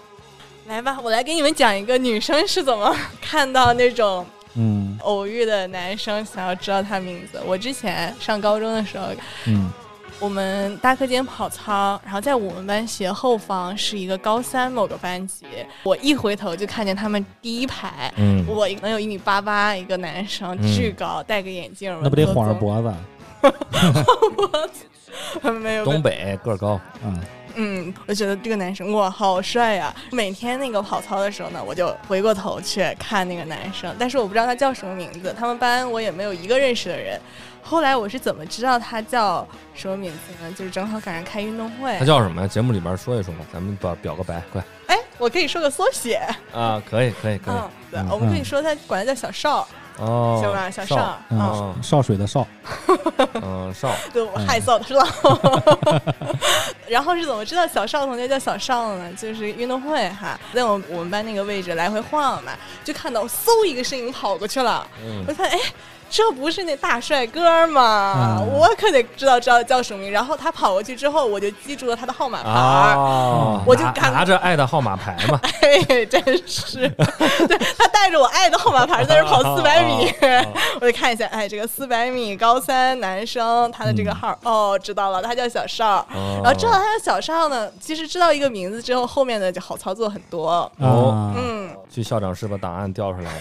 Speaker 4: 来吧，我来给你们讲一个女生是怎么看到那种
Speaker 3: 嗯
Speaker 4: 偶遇的男生，想要知道他名字。我之前上高中的时候，
Speaker 3: 嗯
Speaker 4: 我们大课间跑操，然后在我们班斜后方是一个高三某个班级，我一回头就看见他们第一排。
Speaker 2: 嗯
Speaker 4: 我能有一米八八，一个男生，
Speaker 2: 嗯
Speaker 4: 巨高，戴个眼镜，
Speaker 3: 那不得
Speaker 4: 文
Speaker 3: 晃着？
Speaker 4: 绉绉
Speaker 3: 脖子？
Speaker 4: 没有，
Speaker 2: 东北个儿高，
Speaker 3: 嗯
Speaker 4: 嗯，我觉得这个男生哇，好帅呀、每天那个跑操的时候呢，我就回过头去看那个男生，但是我不知道他叫什么名字，他们班我也没有一个认识的人。后来我是怎么知道他叫什么名字呢？就是正好赶上开运动会
Speaker 2: 他，叫什么呀？节目里边说一说吧，咱们表表个白，快
Speaker 4: 哎，我可以说个缩写，
Speaker 2: 啊！可以，可以，可
Speaker 4: 嗯，对，
Speaker 3: 嗯
Speaker 4: 我们可以说他管他叫小少，
Speaker 2: 哦，
Speaker 4: 行吧，小少
Speaker 2: 少，，
Speaker 4: 嗯，
Speaker 2: 哦
Speaker 3: 嗯，少水的少，
Speaker 2: 嗯， 少，
Speaker 4: 对，我害臊知道。 然后是怎么知道小邵同学叫小邵呢？就是运动会哈，在我们我们班那个位置来回晃嘛，就看到嗖一个身影跑过去了，
Speaker 2: 嗯
Speaker 4: 我看哎。这不是那大帅哥吗？
Speaker 3: 嗯
Speaker 4: 我可得知道知道叫什么名。然后他跑过去之后，我就记住了他的号码牌儿。嗯
Speaker 2: 啊，
Speaker 4: 我就
Speaker 2: 拿
Speaker 4: 赶
Speaker 2: 拿着爱的号码牌嘛，
Speaker 4: 哎， 真是，对他带着我爱的号码牌在这跑四百米，
Speaker 2: 啊
Speaker 4: 我就看一下，哎，这个四百米高三男生他的这个号，哦，知道了，他叫小邵。然后知道
Speaker 2: 嗯哦
Speaker 4: 他叫小邵呢，其实知道一个名字之后，后面的就好操作很多。
Speaker 2: 哦
Speaker 3: 啊，
Speaker 4: 嗯，
Speaker 2: 去校长室把档案调出来，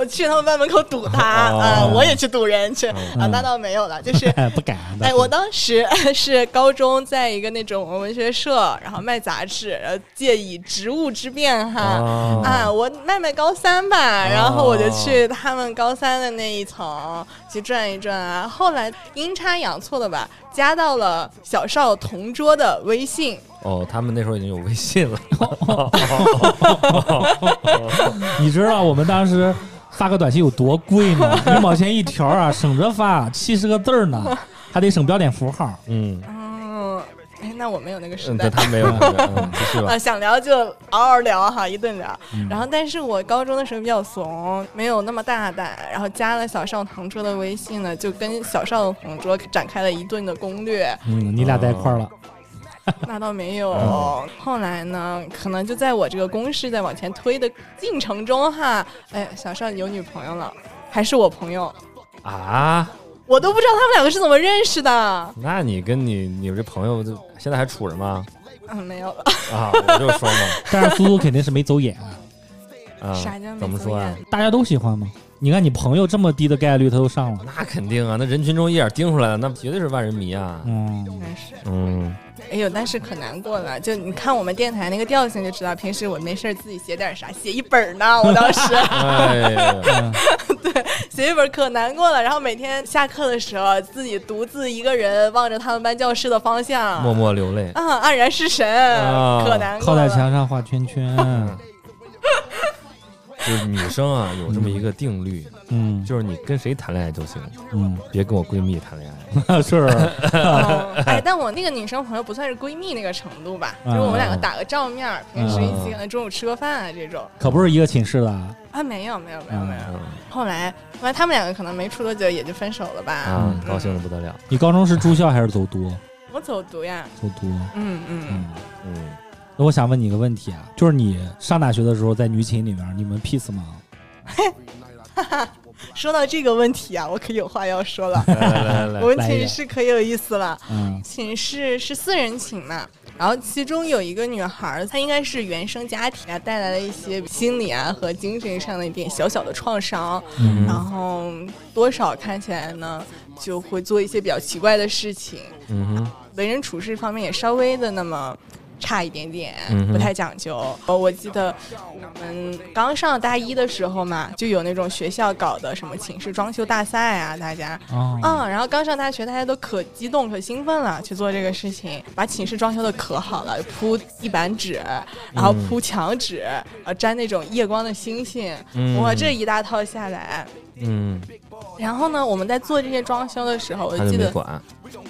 Speaker 4: 我去他们班门口堵他，
Speaker 2: 哦
Speaker 4: 啊，我也去堵人去
Speaker 2: 嗯
Speaker 4: 啊，那倒没有 了，就是。
Speaker 3: 哎，不敢的。
Speaker 4: 哎，我当时 是高中在一个那种文学社，然后卖杂志，然后借以职务之便哈，
Speaker 2: 哦
Speaker 4: 啊，我卖卖高三吧，
Speaker 2: 哦
Speaker 4: 然后我就去他们高三的那一层去转一转啊。后来阴差阳错的吧，加到了小少同桌的微信，
Speaker 2: 哦，他们那时候已经有微信了，
Speaker 3: 你知道我们当时发个短信有多贵 吗？一毛钱一条啊，省着发，七十个字儿呢，还得省标点符号。
Speaker 2: 嗯，
Speaker 4: 嗯，哎，那我没有那个时
Speaker 2: 嗯，
Speaker 4: 代
Speaker 2: 对，。他 没有，他没有嗯继续吧嗯
Speaker 4: 啊，，想聊就嗷嗷聊哈，一顿聊。然后，但是我高中的时候比较怂，没有那么大胆，然后加了小少同桌的微信呢，就跟小少同桌展开了一顿的攻略。
Speaker 3: 嗯，你俩在一块儿了，
Speaker 4: 那倒没有
Speaker 2: 嗯。
Speaker 4: 后来呢，可能就在我这个公式在往前推的进程中哈，哎，小邵有女朋友了，还是我朋友，
Speaker 2: 啊，
Speaker 4: 我都不知道他们两个是怎么认识的。
Speaker 2: 那你跟你你这朋友就现在还处着吗？
Speaker 4: 嗯，没有了。
Speaker 2: 啊，我就说嘛，
Speaker 3: 但是苏苏肯定是没走眼，
Speaker 2: 啊
Speaker 4: 啥叫，没啊
Speaker 2: 怎么说呀
Speaker 4: 经？验
Speaker 3: 大家都喜欢嘛。你看你朋友这么低的概率他都上了，
Speaker 2: 那肯定啊，那人群中一眼盯出来的，那绝对是万人迷啊。
Speaker 3: 嗯，
Speaker 4: 但是，
Speaker 2: 嗯，
Speaker 4: 哎呦，但是可难过了。就你看我们电台那个调性就知道，平时我没事儿自己写点啥，写一本儿呢。我 当时
Speaker 2: 哎呀，
Speaker 4: 写一本儿可难过了，然后每天下课的时候自己独自一个人望着他们班教室的方向，
Speaker 2: 默默流泪。
Speaker 4: 啊，黯然失神，
Speaker 2: 啊
Speaker 4: 可难过
Speaker 3: 靠
Speaker 4: 了。
Speaker 2: 嗯
Speaker 3: 在墙上画圈圈，
Speaker 2: 就是女生啊有这么一个定律，
Speaker 3: 嗯
Speaker 2: 就是你跟谁谈恋爱就行，
Speaker 3: 嗯，
Speaker 2: 别跟我闺蜜谈恋爱。
Speaker 3: 是
Speaker 4: 哦哎，但我那个女生朋友不算是闺蜜那个程度吧，
Speaker 2: 啊
Speaker 4: 就是我们两个打个照面儿，平时一起可能中午吃个饭啊这种
Speaker 3: 可不是一个寝室的啊，
Speaker 4: 啊，没有没有没有没有。
Speaker 2: 嗯
Speaker 4: 后来后来他们两个可能没处多久也就分手了吧。
Speaker 2: 啊，高兴的不得了。
Speaker 3: 你高中是住校还是走读？
Speaker 4: 我走读呀，
Speaker 3: 走读，
Speaker 4: 嗯嗯，
Speaker 3: 嗯。
Speaker 2: 嗯，
Speaker 3: 那我想问你一个问题啊，就是你上大学的时候在女寝里面，你们 peace 吗？
Speaker 4: 说到这个问题啊，我可有话要说了。
Speaker 2: 来来来 来
Speaker 4: 我
Speaker 2: 来，
Speaker 4: 们寝室可有意思了，
Speaker 3: 嗯
Speaker 4: 寝室是四人寝嘛，然后其中有一个女孩儿，她应该是原生家庭啊带来了一些心理啊和精神上的一点小小的创伤，
Speaker 3: 嗯
Speaker 4: 然后多少看起来呢就会做一些比较奇怪的事情，
Speaker 2: 嗯哼，
Speaker 4: 为人处事方面也稍微的那么。差一点点
Speaker 2: 嗯，哼
Speaker 4: 不太讲究。呃我记得我们刚上大一的时候嘛，就有那种学校搞的什么寝室装修大赛啊，大家
Speaker 3: 啊，
Speaker 4: 嗯，然后刚上大学，大家都可激动、可兴奋了，去做这个事情，把寝室装修的可好了，铺地板纸，然后铺墙纸，呃，粘那种夜光的星星，
Speaker 2: 嗯
Speaker 4: 哇，这一大套下来。
Speaker 2: 嗯，
Speaker 4: 然后呢，我们在做这些装修的时候，我
Speaker 2: 他就
Speaker 4: 记
Speaker 2: 没
Speaker 4: 得，
Speaker 2: 管。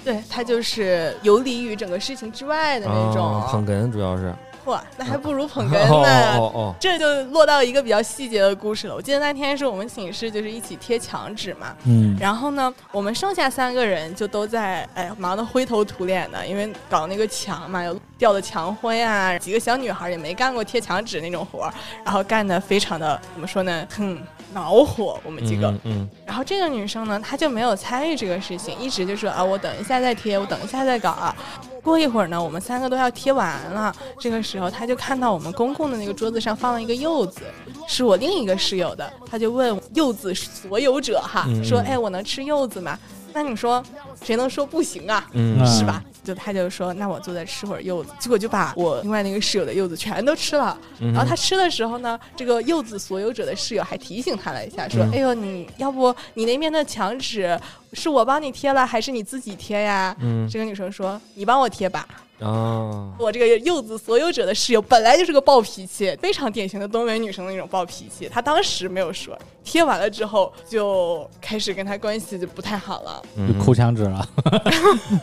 Speaker 4: 对他就是游离于整个事情之外的那
Speaker 2: 啊，捧
Speaker 4: 种，
Speaker 2: 哏主要是。
Speaker 4: 哇，那还不如捧哏呢。
Speaker 2: 哦哦
Speaker 4: 这就落到一个比较细节的故事了。我记得那天是我们寝室就是一起贴墙纸嘛，
Speaker 3: 嗯
Speaker 4: 然后呢，我们剩下三个人就都在哎忙得灰头土脸的，因为搞那个墙嘛，有掉的墙灰啊，几个小女孩也没干过贴墙纸那种活儿，然后干得非常的怎么说呢，很恼火，我
Speaker 2: 哦，
Speaker 4: 们几个。
Speaker 2: 嗯嗯
Speaker 4: 然后这个女生呢，她就没有参与这个事情，一直就说啊，我等一下再贴，我等一下再搞啊。过一会儿呢，我们三个都要贴完了，这个时候她就看到我们公共的那个桌子上放了一个柚子，是我另一个室友的，她就问柚子所有者哈，
Speaker 2: 嗯
Speaker 4: 说哎，我能吃柚子吗？那你说谁能说不行啊？
Speaker 2: 嗯
Speaker 3: 嗯
Speaker 4: 是吧？就她就说，那我坐在吃会儿柚子，结果就把我另外那个室友的柚子全都吃了。
Speaker 2: 嗯，
Speaker 4: 然后他吃的时候呢，这个柚子所有者的室友还提醒他了一下，说：“
Speaker 2: 嗯
Speaker 4: 哎呦，你要不你那边的墙纸是我帮你贴了，还是你自己贴呀？”
Speaker 2: 嗯
Speaker 4: 这个女生说：“你帮我贴吧。
Speaker 2: 啊”，
Speaker 4: 我这个柚子所有者的室友本来就是个暴脾气，非常典型的东北女生的那种暴脾气。她当时没有说，贴完了之后就开始跟她关系就不太好了。
Speaker 2: 嗯
Speaker 3: 就抠墙纸了，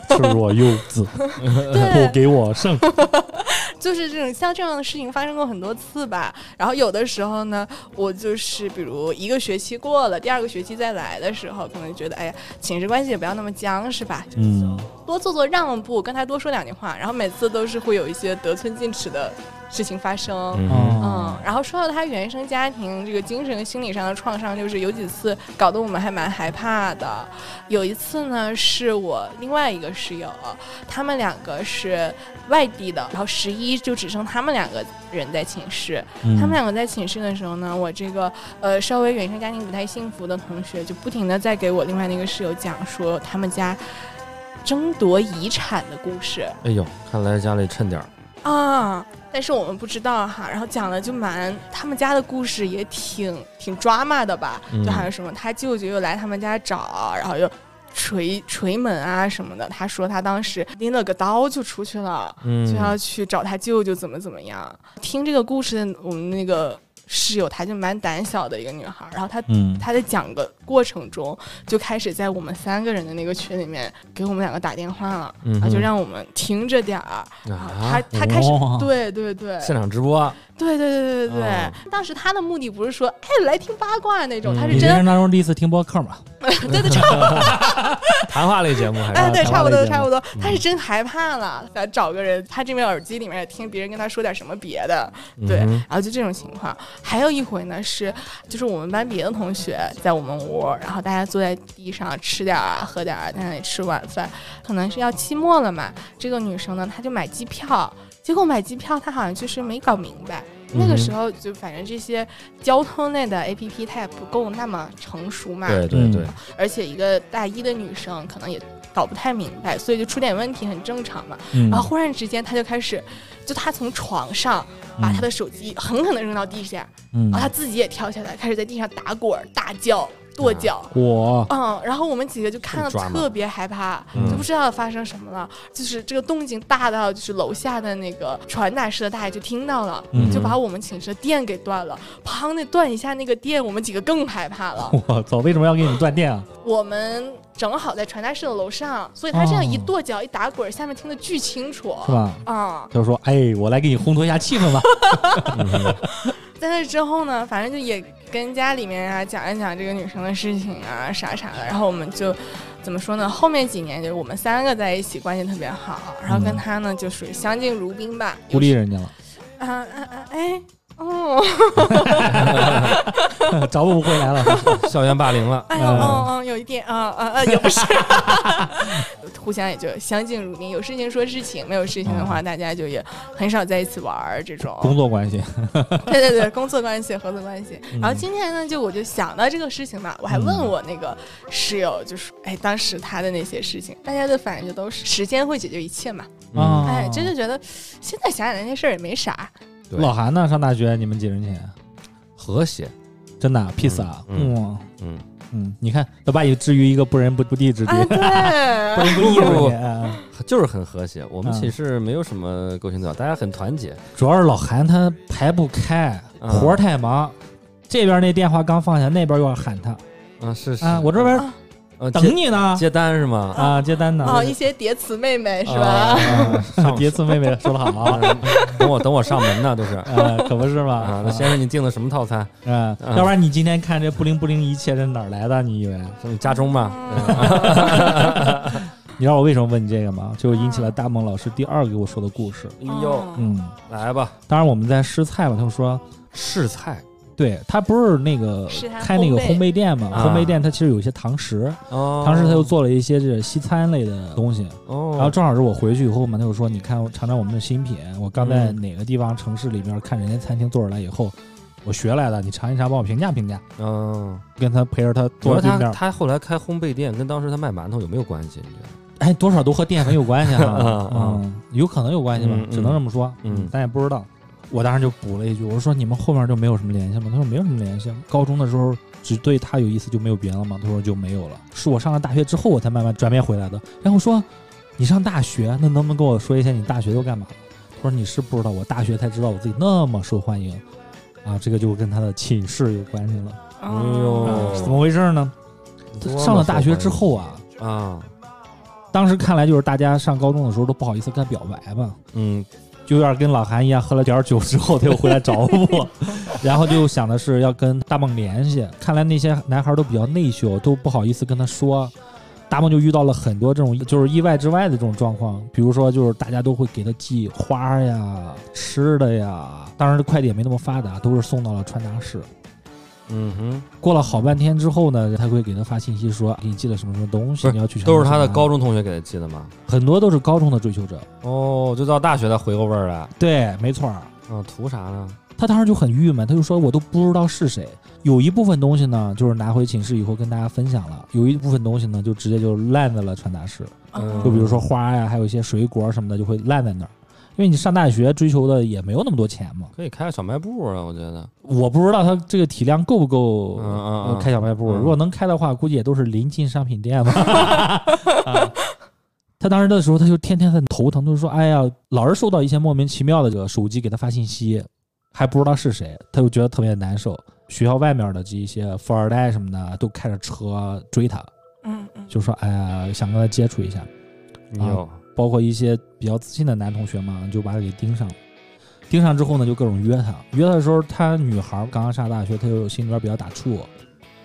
Speaker 3: 赤裸柚子，不给我剩。
Speaker 4: 就是这种像这样的事情发生过很多次吧。然后有的时候呢，我就是比如一个学期过了，第二个学期再来的时候，可能觉得哎呀，寝室关系也不要那么僵，是吧？
Speaker 3: 嗯
Speaker 4: 多做做让步，跟他多说两句话。然后每次都是会有一些得寸进尺的事情发生。
Speaker 2: 嗯哼
Speaker 4: 嗯
Speaker 3: 哦，
Speaker 4: 然后说到他原生家庭这个精神和心理上的创伤，就是有几次搞得我们还蛮害怕的。有一次呢，是我另外一个室友，他们两个是外地的，然后十一就只剩他们两个人在寝室。
Speaker 3: 嗯
Speaker 4: 他们两个在寝室的时候呢，我这个呃稍微原生家庭不太幸福的同学，就不停的在给我另外那个室友讲说他们家争夺遗产的故事。
Speaker 2: 哎呦，看来家里趁点儿。
Speaker 4: 啊，但是我们不知道哈。然后讲了就蛮他们家的故事也挺挺抓马的吧，
Speaker 2: 嗯
Speaker 4: 就还有什么他舅舅又来他们家找，然后又捶捶门啊什么的。他说他当时拎了个刀就出去了，
Speaker 2: 嗯
Speaker 4: 就要去找他舅舅怎么怎么样。听这个故事，我们那个室友她就蛮胆小的一个女孩，然后她
Speaker 3: 嗯
Speaker 4: 他在讲的过程中，就开始在我们三个人的那个群里面给我们两个打电话了，
Speaker 2: 嗯哼
Speaker 4: 然后就让我们听着点儿。然后
Speaker 2: 啊
Speaker 4: 他他开始
Speaker 3: 哦，
Speaker 4: 对对对
Speaker 2: 现场直播 啊，
Speaker 4: 对对对对对
Speaker 2: 哦
Speaker 4: 对，当时他的目的不是说哎来听八卦那种，
Speaker 2: 嗯
Speaker 4: 他
Speaker 3: 你
Speaker 4: 是
Speaker 3: 人
Speaker 4: 真
Speaker 3: 生当中第一次听播客嘛？
Speaker 4: 对对差不多，
Speaker 2: 谈话类节目还是
Speaker 4: 哎对差不多差不
Speaker 3: 多。
Speaker 4: 多，他是真害怕了，想找个人，他这边耳机里面也听别人跟他说点什么别的，对，
Speaker 2: 嗯哼
Speaker 4: 然后就这种情况。还有一回呢是，就是我们班别的同学在我们屋，然后大家坐在地上吃点儿啊、喝点儿，在那里吃晚饭，可能是要期末了嘛。这个女生呢，她就买机票，结果买机票她好像就是没搞明白。那
Speaker 2: 嗯
Speaker 4: 个
Speaker 2: 哼
Speaker 4: 时候就反正这些交通类的 A P P 它也不够那么成熟嘛，
Speaker 3: 嗯
Speaker 2: 对对对，
Speaker 4: 而且一个大一的女生可能也搞不太明白，所以就出点问题很正常嘛。
Speaker 3: 嗯
Speaker 4: 然后忽然之间，他就开始，就他从床上把他的手机狠狠地扔到地下，
Speaker 3: 嗯
Speaker 4: 然后他自己也跳下来，开始在地上打滚儿大叫。跺脚。
Speaker 3: 我
Speaker 4: 嗯，然后我们几个就看了
Speaker 2: 这么抓吗
Speaker 4: 特别害怕，
Speaker 2: 嗯
Speaker 4: 就不知道发生什么了。就是这个动静大到，就是楼下的那个传达室的大爷就听到了，
Speaker 3: 嗯
Speaker 4: 就把我们寝室的电给断了。砰的断一下那个电，我们几个更害怕 了。
Speaker 3: 我操，为什么要给你断电啊？
Speaker 4: 我们正好在传达室的楼上，所以他这样一跺脚、一打滚，下面听得巨清楚。
Speaker 3: 是吧？
Speaker 4: 啊、
Speaker 3: 他就说：“哎，我来给你烘托一下气氛吧。
Speaker 4: 在那之后呢，反正就也跟家里面啊讲一讲这个女生的事情啊，啥啥的。然后我们就怎么说呢？后面几年就是我们三个在一起关系特别好，然后跟他呢就属于相敬如宾吧”。
Speaker 3: 嗯孤立人家了，
Speaker 4: 啊啊啊！哎，哦，
Speaker 3: 找补不回来了。
Speaker 2: 校园霸凌了，
Speaker 4: 哎呦，
Speaker 3: 嗯
Speaker 4: 嗯嗯，有一点啊啊啊，也不是， 互相也就相敬如宾，有事情说事情，没有事情的
Speaker 3: 嗯
Speaker 4: 话，大家就也很少在一起玩儿这种。
Speaker 3: 工作关系，
Speaker 4: 对对对，工作关系、合作关系。
Speaker 3: 嗯
Speaker 4: 然后今天呢，就我就想到这个事情嘛，我还问
Speaker 3: 嗯
Speaker 4: 我那个室友，就是哎，当时他的那些事情，大家的反应就都是时间会解决一切嘛。
Speaker 3: 啊
Speaker 2: 嗯
Speaker 4: 哎，真的觉得现在想想那些事儿也没啥。
Speaker 2: 对
Speaker 3: 老韩呢？上大学你们几人钱？
Speaker 2: 和谐，
Speaker 3: 真的 peace 啊？
Speaker 2: 嗯
Speaker 3: 嗯
Speaker 2: 嗯，
Speaker 3: 嗯，你看要把你置于一个不仁不不义之地，
Speaker 4: 啊，
Speaker 3: 不
Speaker 4: 对，
Speaker 3: 仁不义之
Speaker 2: 不
Speaker 3: 地。哎
Speaker 2: 就是很和谐。我们
Speaker 3: 嗯
Speaker 2: 寝室没有什么勾心斗角，大家很团结。
Speaker 3: 主要是老韩他排不开，
Speaker 2: 嗯
Speaker 3: 活儿太忙，这边那电话刚放下，那边又要喊他
Speaker 2: 嗯，是是
Speaker 3: 啊，我这边
Speaker 2: 呃
Speaker 3: 等
Speaker 2: 接
Speaker 3: 你呢
Speaker 2: 接单是吗？
Speaker 3: 啊，接单呢。
Speaker 4: 哦，一些叠词妹妹是
Speaker 2: 啊
Speaker 4: 吧？
Speaker 3: 啊
Speaker 2: 上
Speaker 3: 叠词妹妹说的好 啊，
Speaker 2: 等我等我上门呢， 都是啊。
Speaker 3: 呃，可不是嘛，
Speaker 2: 嗯那先生，你订的什么套餐？
Speaker 3: 嗯，
Speaker 2: 嗯
Speaker 3: 要不然你今天看这布灵布灵一切是哪儿来的？你以为？
Speaker 2: 是你家中
Speaker 3: 哦啊
Speaker 2: 吗？
Speaker 4: 嗯
Speaker 3: 你知道我为什么问你这个吗？就引起了大梦老师第二个给我说的故事。
Speaker 2: 哎呦，，
Speaker 3: 嗯，
Speaker 2: 来吧，
Speaker 3: 当然我们在试菜嘛，他们说，
Speaker 2: 试菜
Speaker 3: 对他不是那个
Speaker 4: 是他
Speaker 3: 开那个烘
Speaker 4: 烘焙
Speaker 3: 焙店嘛，
Speaker 2: 啊
Speaker 3: 烘焙店它其实有一些堂食，
Speaker 2: 哦
Speaker 3: 堂食他又做了一些这西餐类的东西。
Speaker 2: 哦，
Speaker 3: 然后正好是我回去以后嘛，他就说，你看我尝尝我们的新品，我刚在
Speaker 2: 嗯
Speaker 3: 哪个地方城市里边看人家餐厅做出来以后，我学来的，你尝一尝，帮我评价评价。
Speaker 2: 嗯，
Speaker 3: 跟他陪着他
Speaker 2: 主
Speaker 3: 坐
Speaker 2: 要
Speaker 3: 对
Speaker 2: 他
Speaker 3: 面，
Speaker 2: 他后来开烘焙店，跟当时他卖馒头有没有关系？你觉得？
Speaker 3: 哎，多少都和淀粉有关系 啊，
Speaker 2: 嗯
Speaker 3: 嗯，有可能有关系吧
Speaker 2: 嗯，嗯
Speaker 3: 只能这么说，
Speaker 2: 嗯
Speaker 3: 咱也不知道。我当时就补了一句，我说你们后面就没有什么联系吗？他说没有什么联系，啊高中的时候只对他有意思就没有别的了吗？他说就没有了，是我上了大学之后我才慢慢转变回来的。然后我说你上大学，那能不能跟我说一下你大学都干嘛了？他说你是不知道，我大学才知道我自己那么受欢迎啊，这个就跟他的寝室有关系了。啊
Speaker 4: 哎
Speaker 2: 呦哦
Speaker 3: 怎么回事呢？
Speaker 2: 多么
Speaker 3: 上了大学之
Speaker 2: 受欢
Speaker 3: 后啊，
Speaker 2: 迎啊，
Speaker 3: 当时看来就是大家上高中的时候都不好意思跟他表白嘛，
Speaker 2: 嗯，
Speaker 3: 就有点跟老韩一样，喝了点儿酒之后他又回来找 我，然后就想的是要跟大梦联系。看来那些男孩都比较内秀，都不好意思跟他说。大梦就遇到了很多这种就是意外之外的这种状况，比如说就是大家都会给他寄花呀、吃的呀，当然快递也没那么发达，都是送到了传达室。
Speaker 2: 嗯哼，
Speaker 3: 过了好半天之后呢，他会给他发信息说给你寄了什么什么东西，
Speaker 2: 不是
Speaker 3: 你要去
Speaker 2: 都是他的
Speaker 3: 查查
Speaker 2: 高中同学给他寄的吗？
Speaker 3: 很多都是高中的追求者。
Speaker 2: 哦，就到大学才回过味儿来。
Speaker 3: 对，没错儿。
Speaker 2: 嗯，图啥呢？
Speaker 3: 他当时就很郁闷，他就说：“我都不知道是谁。”有一部分东西呢，就是拿回寝室以后跟大家分享了；有一部分东西呢，就直接就烂在了传达室，
Speaker 2: 嗯
Speaker 3: 就比如说花呀，还有一些水果什么的，就会烂在那儿。因为你上大学追求的也没有那么多钱嘛，
Speaker 2: 可以开个小卖部啊，我觉得。
Speaker 3: 我不知道他这个体量够不够
Speaker 2: 嗯嗯
Speaker 3: 呃
Speaker 2: 嗯
Speaker 3: 开小卖部。
Speaker 2: 嗯
Speaker 3: 如果能开的话，估计也都是临近商品店吧。啊 他当时的时候，他就天天很头疼，就是说：“哎呀，老是收到一些莫名其妙的这个手机给他发信息，还不知道是谁，他就觉得特别难受。”学校外面的这一些富二代什么的都开着车追他，
Speaker 4: 嗯嗯
Speaker 3: 就说：“哎呀，想跟他接触一下。”
Speaker 2: 有，
Speaker 3: 包括一些比较自信的男同学嘛，就把他给盯上了。盯上之后呢，就各种约他。约他的时候，他女孩刚刚上大学，他就心里边比较打怵，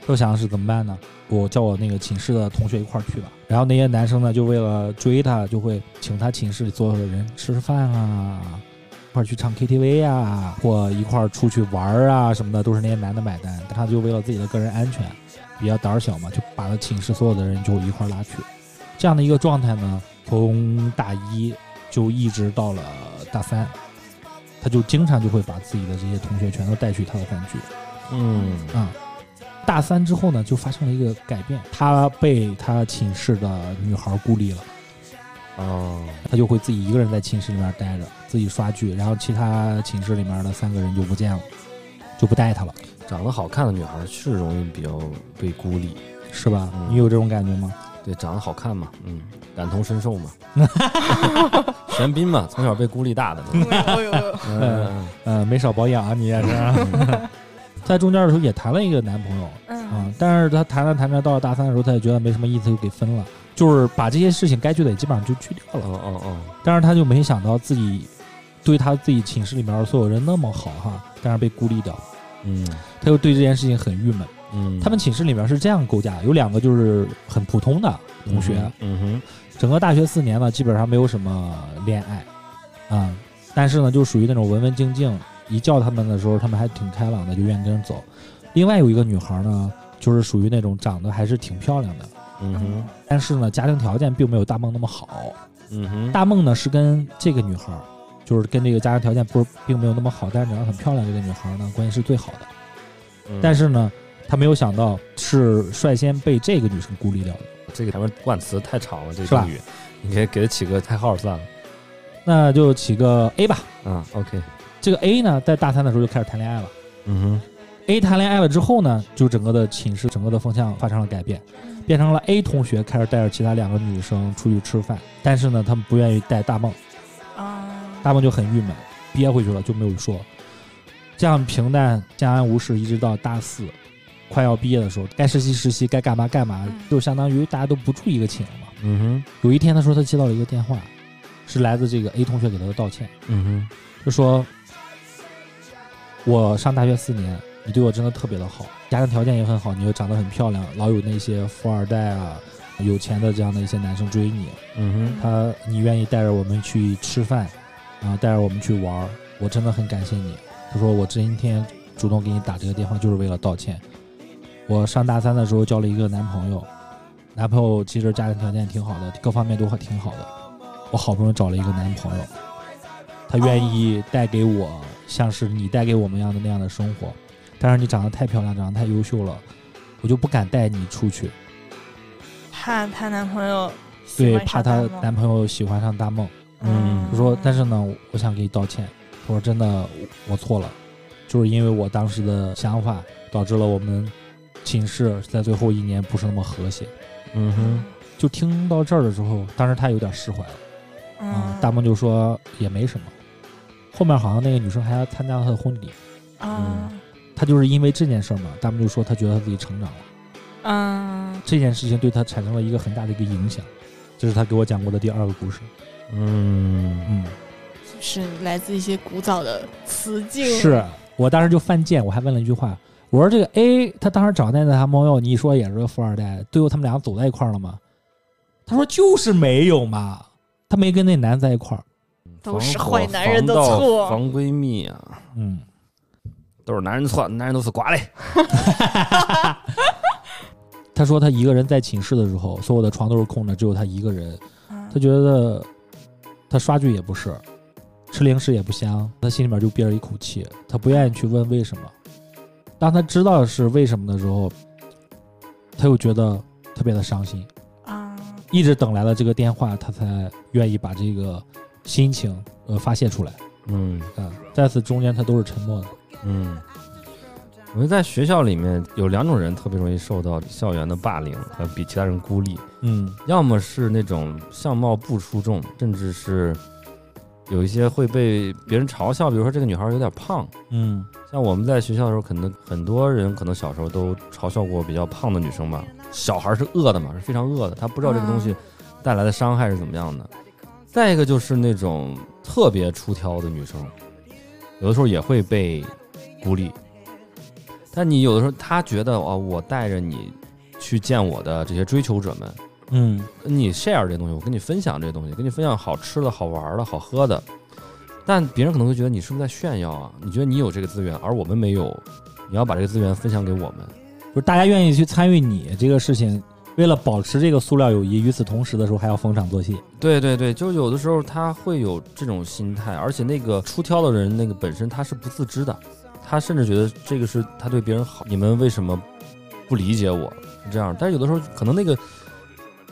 Speaker 3: 就想的是怎么办呢？我叫我那个寝室的同学一块儿去吧。然后那些男生呢，就为了追他，就会请他寝室里所有的人吃饭啊，一块儿去唱 KTV 啊，或一块儿出去玩儿啊什么的，都是那些男的买单。他就为了自己的个人安全，比较胆儿小嘛，就把他寝室所有的人就一块儿拉去。这样的一个状态呢，从大一就一直到了大三，他就经常就会把自己的这些同学全都带去他的饭局。
Speaker 2: 嗯
Speaker 3: 啊、大三之后呢，就发生了一个改变，他被他寝室的女孩孤立了，
Speaker 2: 哦，
Speaker 3: 他就会自己一个人在寝室里面待着，自己刷剧，然后其他寝室里面的三个人就不见了，就不带她了，
Speaker 2: 长得好看的女孩是容易比较被孤立，
Speaker 3: 是吧？
Speaker 2: 嗯
Speaker 3: 你有这种感觉吗？
Speaker 2: 对，长得好看嘛，嗯，感同身受嘛， 玄彬嘛，从小被孤立大的嘛，
Speaker 4: 哎呦哎呦，
Speaker 2: 嗯嗯，
Speaker 3: 呃，没少保养啊，你也是。 在中间的时候也谈了一个男朋友啊、
Speaker 4: 嗯，
Speaker 3: 但是她谈着谈着到了大三的时候，她也觉得没什么意思，就给分了，就是把这些事情该去的也基本上就去掉
Speaker 2: 嗯
Speaker 3: 了。
Speaker 2: 哦哦哦，
Speaker 3: 但是她就没想到自己对她自己寝室里面所有人那么好哈，但是被孤立掉，
Speaker 2: 嗯
Speaker 3: 她又对这件事情很郁闷。
Speaker 2: 嗯，
Speaker 3: 他们寝室里面是这样构架，有两个就是很普通的同学，
Speaker 2: 嗯哼，
Speaker 3: 整个大学四年呢，基本上没有什么恋爱，啊、但是呢，就属于那种文文静静，一叫他们的时候，他们还挺开朗的，就愿意跟着走。另外有一个女孩呢，就是属于那种长得还是挺漂亮的，
Speaker 2: 嗯哼，
Speaker 3: 但是呢，家庭条件并没有大梦那么好。
Speaker 2: 嗯哼，
Speaker 3: 大梦呢是跟这个女孩，就是跟这个家庭条件不是并没有那么好，但是长得很漂亮这个女孩呢，关系是最好的。
Speaker 2: 嗯
Speaker 3: 但是呢，他没有想到是率先被这个女生孤立掉的。
Speaker 2: 这个前面冠词太长了，这
Speaker 3: 是吧
Speaker 2: 个语，你给给它起个代号算了，
Speaker 3: 那就起个 A 吧。
Speaker 2: 嗯，OK，
Speaker 3: 这个 A 呢，在大三的时候就开始谈恋爱了。
Speaker 2: 嗯
Speaker 3: A 谈恋爱了之后呢，就整个的寝室整个的风向发生了改变，
Speaker 4: 嗯
Speaker 3: 变成了 A 同学开始带着其他两个女生出去吃饭，但是呢，他们不愿意带大梦，
Speaker 4: 啊，
Speaker 3: 大梦就很郁闷，憋回去了就没有说。这样平淡相安无事，一直到大四，快要毕业的时候，该实习实习，该干嘛干嘛
Speaker 4: 嗯，
Speaker 3: 就相当于大家都不住一个寝了嘛。
Speaker 2: 哼，嗯
Speaker 3: 有一天，他说他接到了一个电话，是来自这个 A 同学给他的道歉，
Speaker 2: 哼，嗯
Speaker 3: 就说我上大学四年，你对我真的特别的好，家庭条件也很好，你又长得很漂亮，老有那些富二代啊、有钱的这样的一些男生追你，
Speaker 2: 哼，嗯
Speaker 3: 他你愿意带着我们去吃饭，然后带着我们去玩儿，我真的很感谢你。他说我今天主动给你打这个电话就是为了道歉。我上大三的时候交了一个男朋友，男朋友其实家庭条件挺好的，各方面都还挺好的。我好不容易找了一个男朋友，他愿意带给我像是你带给我们一样的那样的生活，但是你长得太漂亮，长得太优秀了，我就不敢带你出去。
Speaker 4: 怕她男朋友喜
Speaker 3: 对，
Speaker 4: 欢
Speaker 3: 怕
Speaker 4: 上
Speaker 3: 她
Speaker 4: 大梦
Speaker 3: 男朋友喜欢上大梦。
Speaker 2: 嗯
Speaker 3: 我说，但是呢，我我想给你道歉。我说真的，我我错了，就是因为我当时的想法导致了我们寝室在最后一年不是那么和谐。
Speaker 2: 嗯哼，
Speaker 3: 就听到这儿的时候，当时他有点释怀了啊、
Speaker 4: 嗯，
Speaker 3: 大梦就说也没什么。后面好像那个女生还要参加了他的婚礼，
Speaker 4: 啊，
Speaker 3: 嗯他就是因为这件事儿嘛，大梦就说他觉得他自己成长了，
Speaker 4: 嗯，
Speaker 3: 这件事情对他产生了一个很大的一个影响。这是他给我讲过的第二个故事。
Speaker 2: 嗯
Speaker 3: 嗯，
Speaker 4: 就是来自一些古早的词境，
Speaker 3: 是我当时就犯贱，我还问了一句话，我说这个 A 他当时找那个男朋友，你说也是个富二代，最后他们俩走在一块儿了吗？他说就是没有嘛，他没跟那男在一块儿。
Speaker 4: 都是
Speaker 2: 防火
Speaker 4: 坏男人的
Speaker 2: 防盗
Speaker 4: 错
Speaker 2: 防闺蜜啊，
Speaker 3: 嗯，
Speaker 2: 都是男人错，男人都是瓜嘞，
Speaker 3: 他说他一个人在寝室的时候，所有的床都是空的，只有他一个人。
Speaker 4: 嗯
Speaker 3: 他觉得他刷剧也不是，吃零食也不香，他心里面就憋了一口气，他不愿意去问为什么。当他知道是为什么的时候，他又觉得特别的伤心。
Speaker 4: 啊，
Speaker 3: 一直等来了这个电话，他才愿意把这个心情呃发泄出来
Speaker 2: 嗯
Speaker 3: 啊、在此中间，他都是沉默的。
Speaker 2: 嗯。我觉得在学校里面有两种人特别容易受到校园的霸凌和比其他人孤立，
Speaker 3: 嗯
Speaker 2: 要么是那种相貌不出众，甚至是有一些会被别人嘲笑，比如说这个女孩有点胖。
Speaker 3: 嗯
Speaker 2: 像我们在学校的时候，可能很多人可能小时候都嘲笑过比较胖的女生吧。小孩是饿的嘛，是非常饿的，他不知道这个东西带来的伤害是怎么样的。再一个就是那种特别出挑的女生，有的时候也会被孤立。但你有的时候，她觉得哦，我带着你去见我的这些追求者们，
Speaker 3: 嗯
Speaker 2: 跟你 share 这东西，我跟你分享这东西，跟你分享好吃的、好玩的、好喝的，但别人可能会觉得你是不是在炫耀啊？你觉得你有这个资源，而我们没有，你要把这个资源分享给我们。
Speaker 3: 就是大家愿意去参与你这个事情，为了保持这个塑料友谊，与此同时的时候还要逢场作戏。
Speaker 2: 对对对，就有的时候他会有这种心态，而且那个出挑的人，那个本身他是不自知的，他甚至觉得这个是他对别人好，你们为什么不理解我？是这样，但是有的时候可能那个，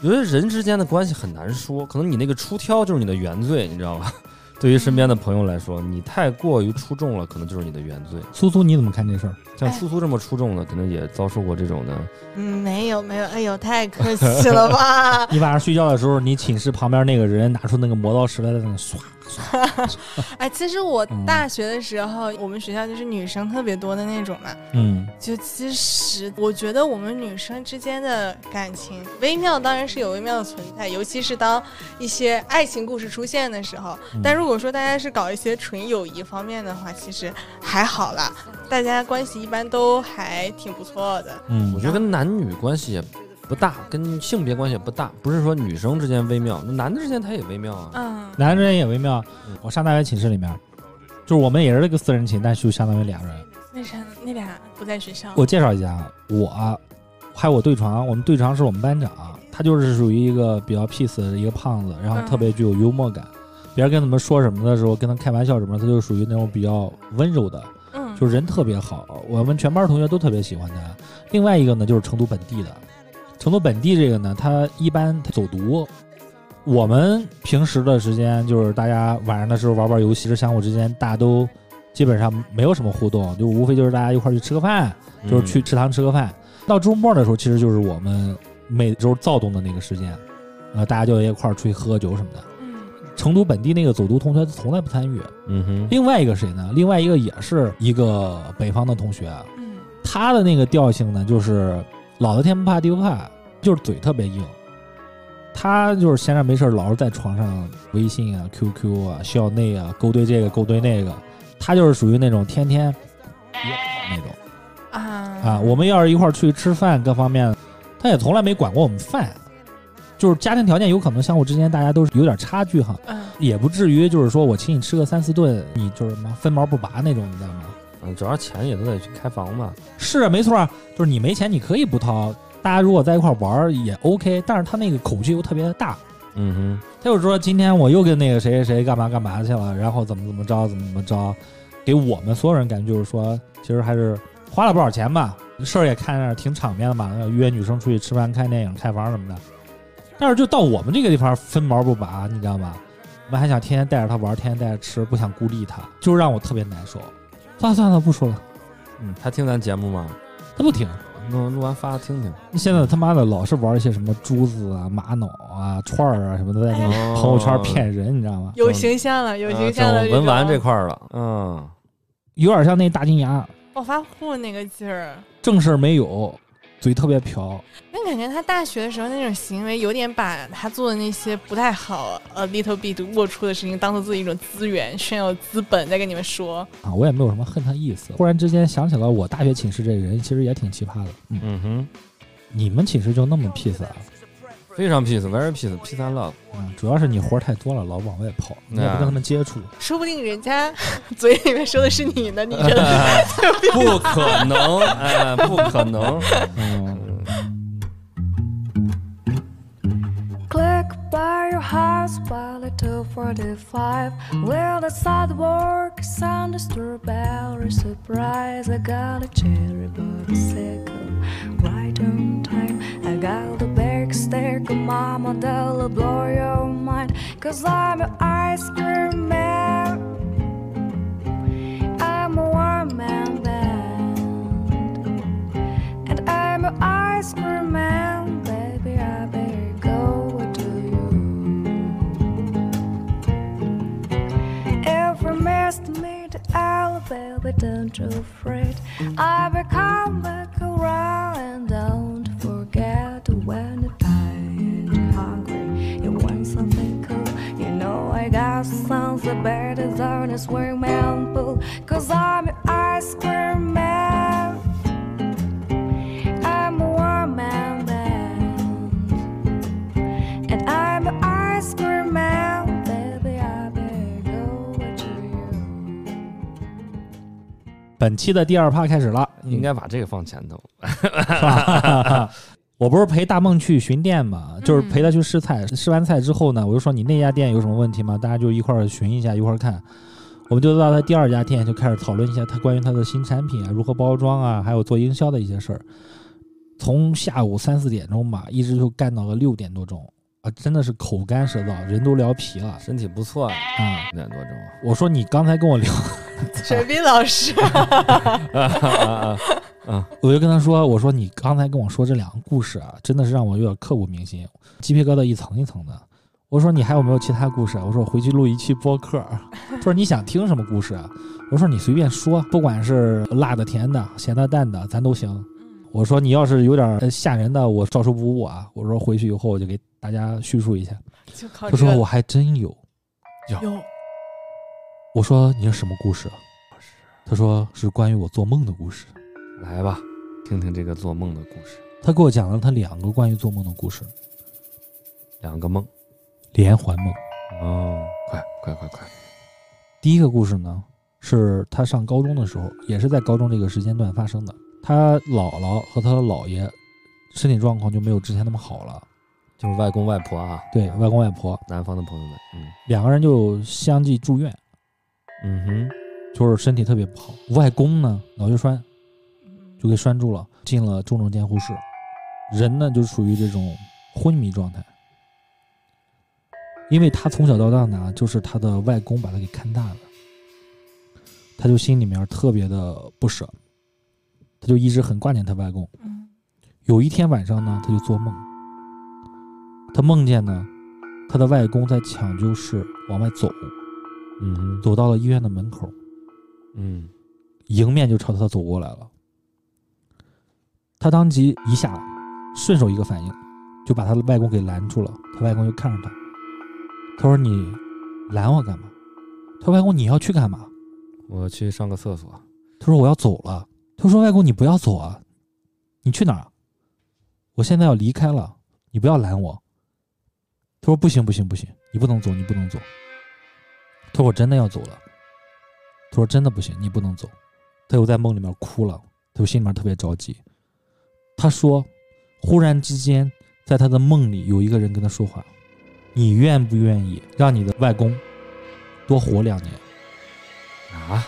Speaker 2: 有的人之间的关系很难说，可能你那个出挑就是你的原罪，你知道吧？ 对于身边的朋友来说，你太过于出众了，可能就是你的原罪。
Speaker 3: 苏苏，你怎么看这事儿？
Speaker 2: 像苏苏这么出众的，可能也遭受过这种的。
Speaker 4: 嗯，没有没有，哎呦，太客气
Speaker 3: ！
Speaker 4: 了吧
Speaker 3: 你晚上睡觉的时候，你寝室旁边那个人拿出那个磨刀石来，在那刷。
Speaker 4: 哎，其实我大学的时候，我们学校就是女生特别多的那种嘛。
Speaker 3: 嗯，
Speaker 4: 就其实我觉得我们女生之间的感情微妙，当然是有微妙的存在，尤其是当一些爱情故事出现的时候。
Speaker 3: 嗯
Speaker 4: 但如果说大家是搞一些纯友谊方面的话，其实还好啦，大家关系一般都还挺不错的。
Speaker 3: 嗯，
Speaker 2: 我觉得跟男女关系也不大，跟性别关系也不大，不是说女生之间微妙，那男的之间他也微妙啊。
Speaker 4: 嗯，
Speaker 3: 男人也微妙
Speaker 2: 嗯。
Speaker 3: 我上大学寝室里面，就是我们也是这个四人寝，但是就相当于俩人。
Speaker 4: 那啥，那俩不在学校。
Speaker 3: 我介绍一下啊，我还有我对床，我们对床是我们班长，他就是属于一个比较 peace 的一个胖子，然后
Speaker 4: 嗯
Speaker 3: 特别具有幽默感。别人跟他们说什么的时候，跟他开玩笑什么的，他就属于那种比较温柔的，
Speaker 4: 嗯，
Speaker 3: 就是人特别好，我们全班同学都特别喜欢他。另外一个呢，就是成都本地的，成都本地这个呢，他一般他走读。我们平时的时间就是大家晚上的时候玩玩游戏，这相互之间大家都基本上没有什么互动，就无非就是大家一块儿去吃个饭，
Speaker 2: 嗯
Speaker 3: 就是去食堂吃个饭。到周末的时候，其实就是我们每周躁动的那个时间，呃，大家就一块儿出去喝酒什么的。
Speaker 4: 嗯
Speaker 3: 成都本地那个走读同学从来不参与。
Speaker 2: 嗯，嗯哼，
Speaker 3: 另外一个谁呢？另外一个也是一个北方的同学，
Speaker 4: 嗯
Speaker 3: 他的那个调性呢，就是老子天不怕地不怕，就是嘴特别硬。他就是闲着没事儿，老是在床上微信啊、QQ 啊、校内啊，勾兑这个勾兑那个。他就是属于那种天天那种。
Speaker 4: 啊
Speaker 3: 啊，我们要是一块儿去吃饭，各方面，他也从来没管过我们饭，就是家庭条件有可能相互之间大家都是有点差距哈，
Speaker 4: 嗯
Speaker 3: 也不至于就是说我请你吃个三四顿，你就是什么分毛不拔那种，你知道吗？
Speaker 2: 嗯，主要钱也都得去开房嘛。
Speaker 3: 是啊没错儿，就是你没钱你可以不掏，大家如果在一块儿玩儿也 OK，但是他那个口气又特别的大，
Speaker 2: 嗯
Speaker 3: 他就说今天我又跟那个谁谁谁干嘛干嘛去了，然后怎么怎么着怎么怎么着，给我们所有人感觉就是说，其实还是花了不少钱吧，事儿也看着挺场面的嘛，要约女生出去吃饭、看电影、开房什么的。但是就到我们这个地方分毛不拔，你知道吗？我们还想天天带着他玩，天天带着吃，不想孤立他，就让我特别难受。算了算了，不说了，
Speaker 2: 哼，嗯他听咱节目吗？
Speaker 3: 他不听。
Speaker 2: 录录完发听听。
Speaker 3: 现在他妈的老是玩一些什么珠子啊、玛瑙啊、串儿啊什么的，在那个
Speaker 2: 朋
Speaker 3: 朋友圈骗人，你知道吗？
Speaker 4: 有形象了，
Speaker 3: 啊
Speaker 4: 有形象了，
Speaker 2: 哦啊文玩这
Speaker 4: 种
Speaker 2: 块儿了。嗯，
Speaker 3: 有点像那大金牙，
Speaker 4: 暴发户那个劲儿。
Speaker 3: 正事儿没有，嘴特别瓢。
Speaker 4: 那感觉他大学的时候那种行为，有点把他做的那些不太好呃 little bit 龌龊的事情，当做自己一种资源、炫耀资本在跟你们说。
Speaker 3: 啊，我也没有什么恨他意思。忽然之间想起了我大学寝室这人，其实也挺奇葩的。嗯，
Speaker 2: 嗯哼，
Speaker 3: 你们寝室就那么 peace 啊？
Speaker 2: 非常 peace，very peace，peace and love。
Speaker 3: 啊，主要是你活儿太多了，老往外跑，你也不跟他们接触。
Speaker 4: 说不定人家 嘴里面说的是你 呢，你觉得？
Speaker 2: 不可能，哎，不可能。
Speaker 3: 嗯，
Speaker 5: Click by your house by the 245 Where the sidewalk sound disturbed every surprise I got a cherry bicycle right on time I got the big stick mama that'll blow your mind Cause I'm an ice cream man I'm a one man band and I'm an ice cream man, baby. I better go to you. Every missed meet, I'll baby, don't you afraid. I will come back around and don't forget when you're tired, and hungry, you want something cool. You know I got something better than a swimming pool, cause I'm an ice cream man. I'm a warm man band. And I'm an ice cream man, baby. I better go with you.
Speaker 3: 本期的第二趴开始了，
Speaker 2: 应该把这个放前头。
Speaker 3: 我不是陪大梦去巡店嘛，就是陪他去试菜。试完菜之后呢，我就说你那家店有什么问题吗？大家就一块儿巡一下，一块儿看。我们就到他第二家店，就开始讨论一下他关于他的新产品啊，如何包装啊，还有做营销的一些事儿。从下午三四点钟吧，一直就干到了六点多钟。啊，真的是口干舌燥，人都聊皮了
Speaker 2: 身体不错啊，
Speaker 3: 啊！
Speaker 2: 五点多 钟
Speaker 3: 我说你刚才跟我聊，
Speaker 4: 水斌老师，
Speaker 2: 啊啊
Speaker 3: 我就跟他说，我说你刚才跟我说这两个故事啊，真的是让我有点刻骨铭心，鸡皮疙瘩一层一层的。我说你还有没有其他故事啊？我说我回去录一期播客。他说你想听什么故事啊？我说你随便说，不管是辣的、甜的、咸的、淡的，咱都
Speaker 4: 嗯
Speaker 3: 行。我说你要是有点呃吓人的，我照书不误啊。我说回去以后我就给大家叙述一下。
Speaker 4: 就靠
Speaker 3: 他
Speaker 4: 哦这
Speaker 3: 说
Speaker 4: 个
Speaker 3: 我还真有。
Speaker 4: 有
Speaker 3: 我说你是什么故事啊？
Speaker 4: 哦
Speaker 3: 他说是关于我做梦的故事。
Speaker 2: 来吧，听听这个做梦的故事。
Speaker 3: 他给我讲了他两个关于做梦的故事，
Speaker 2: 两个梦
Speaker 3: 连环梦。
Speaker 2: 哦，快快快快，
Speaker 3: 第一个故事呢，是他上高中的时候，也是在高中这个时间段发生的。他姥姥和他姥爷身体状况就没有之前那么好了，
Speaker 2: 就是外公外婆啊，
Speaker 3: 对外公外婆
Speaker 2: 南方的朋友们，嗯
Speaker 3: 两个人就相继住院，
Speaker 2: 嗯哼，
Speaker 3: 就是身体特别不好。外公呢脑血栓，就给栓住了，进了重症监护室，人呢就属于这种昏迷状态。因为他从小到大呢，就是他的外公把他给看大的，他就心里面特别的不舍，他就一直很挂念他外公。
Speaker 4: 嗯
Speaker 3: 有一天晚上呢，他就做梦，他梦见呢，他的外公在抢救室往外走，
Speaker 2: 嗯哼，
Speaker 3: 走到了医院的门口，
Speaker 2: 嗯
Speaker 3: 迎面就朝他走过来了。他当即一下顺手一个反应，就把他的外公给拦住了。他外公就看着他，他说：“你拦我干嘛？”他说：“外公，你要去干嘛
Speaker 2: 我去上个厕所，？”
Speaker 3: 他说：“我要走了。”他说：“外公，你不要走啊，你去哪儿啊？我现在要离开了，你不要拦我。”他说：“不行，不行，不行，你不能走，你不能走。”他说：“我真的要走了。”他说：“真的不行，你不能走。”他又在梦里面哭了，他就心里面特别着急。他说：“忽然之间，在他的梦里有一个人跟他说话，你愿不愿意让你的外公多活两年？”
Speaker 2: 啊，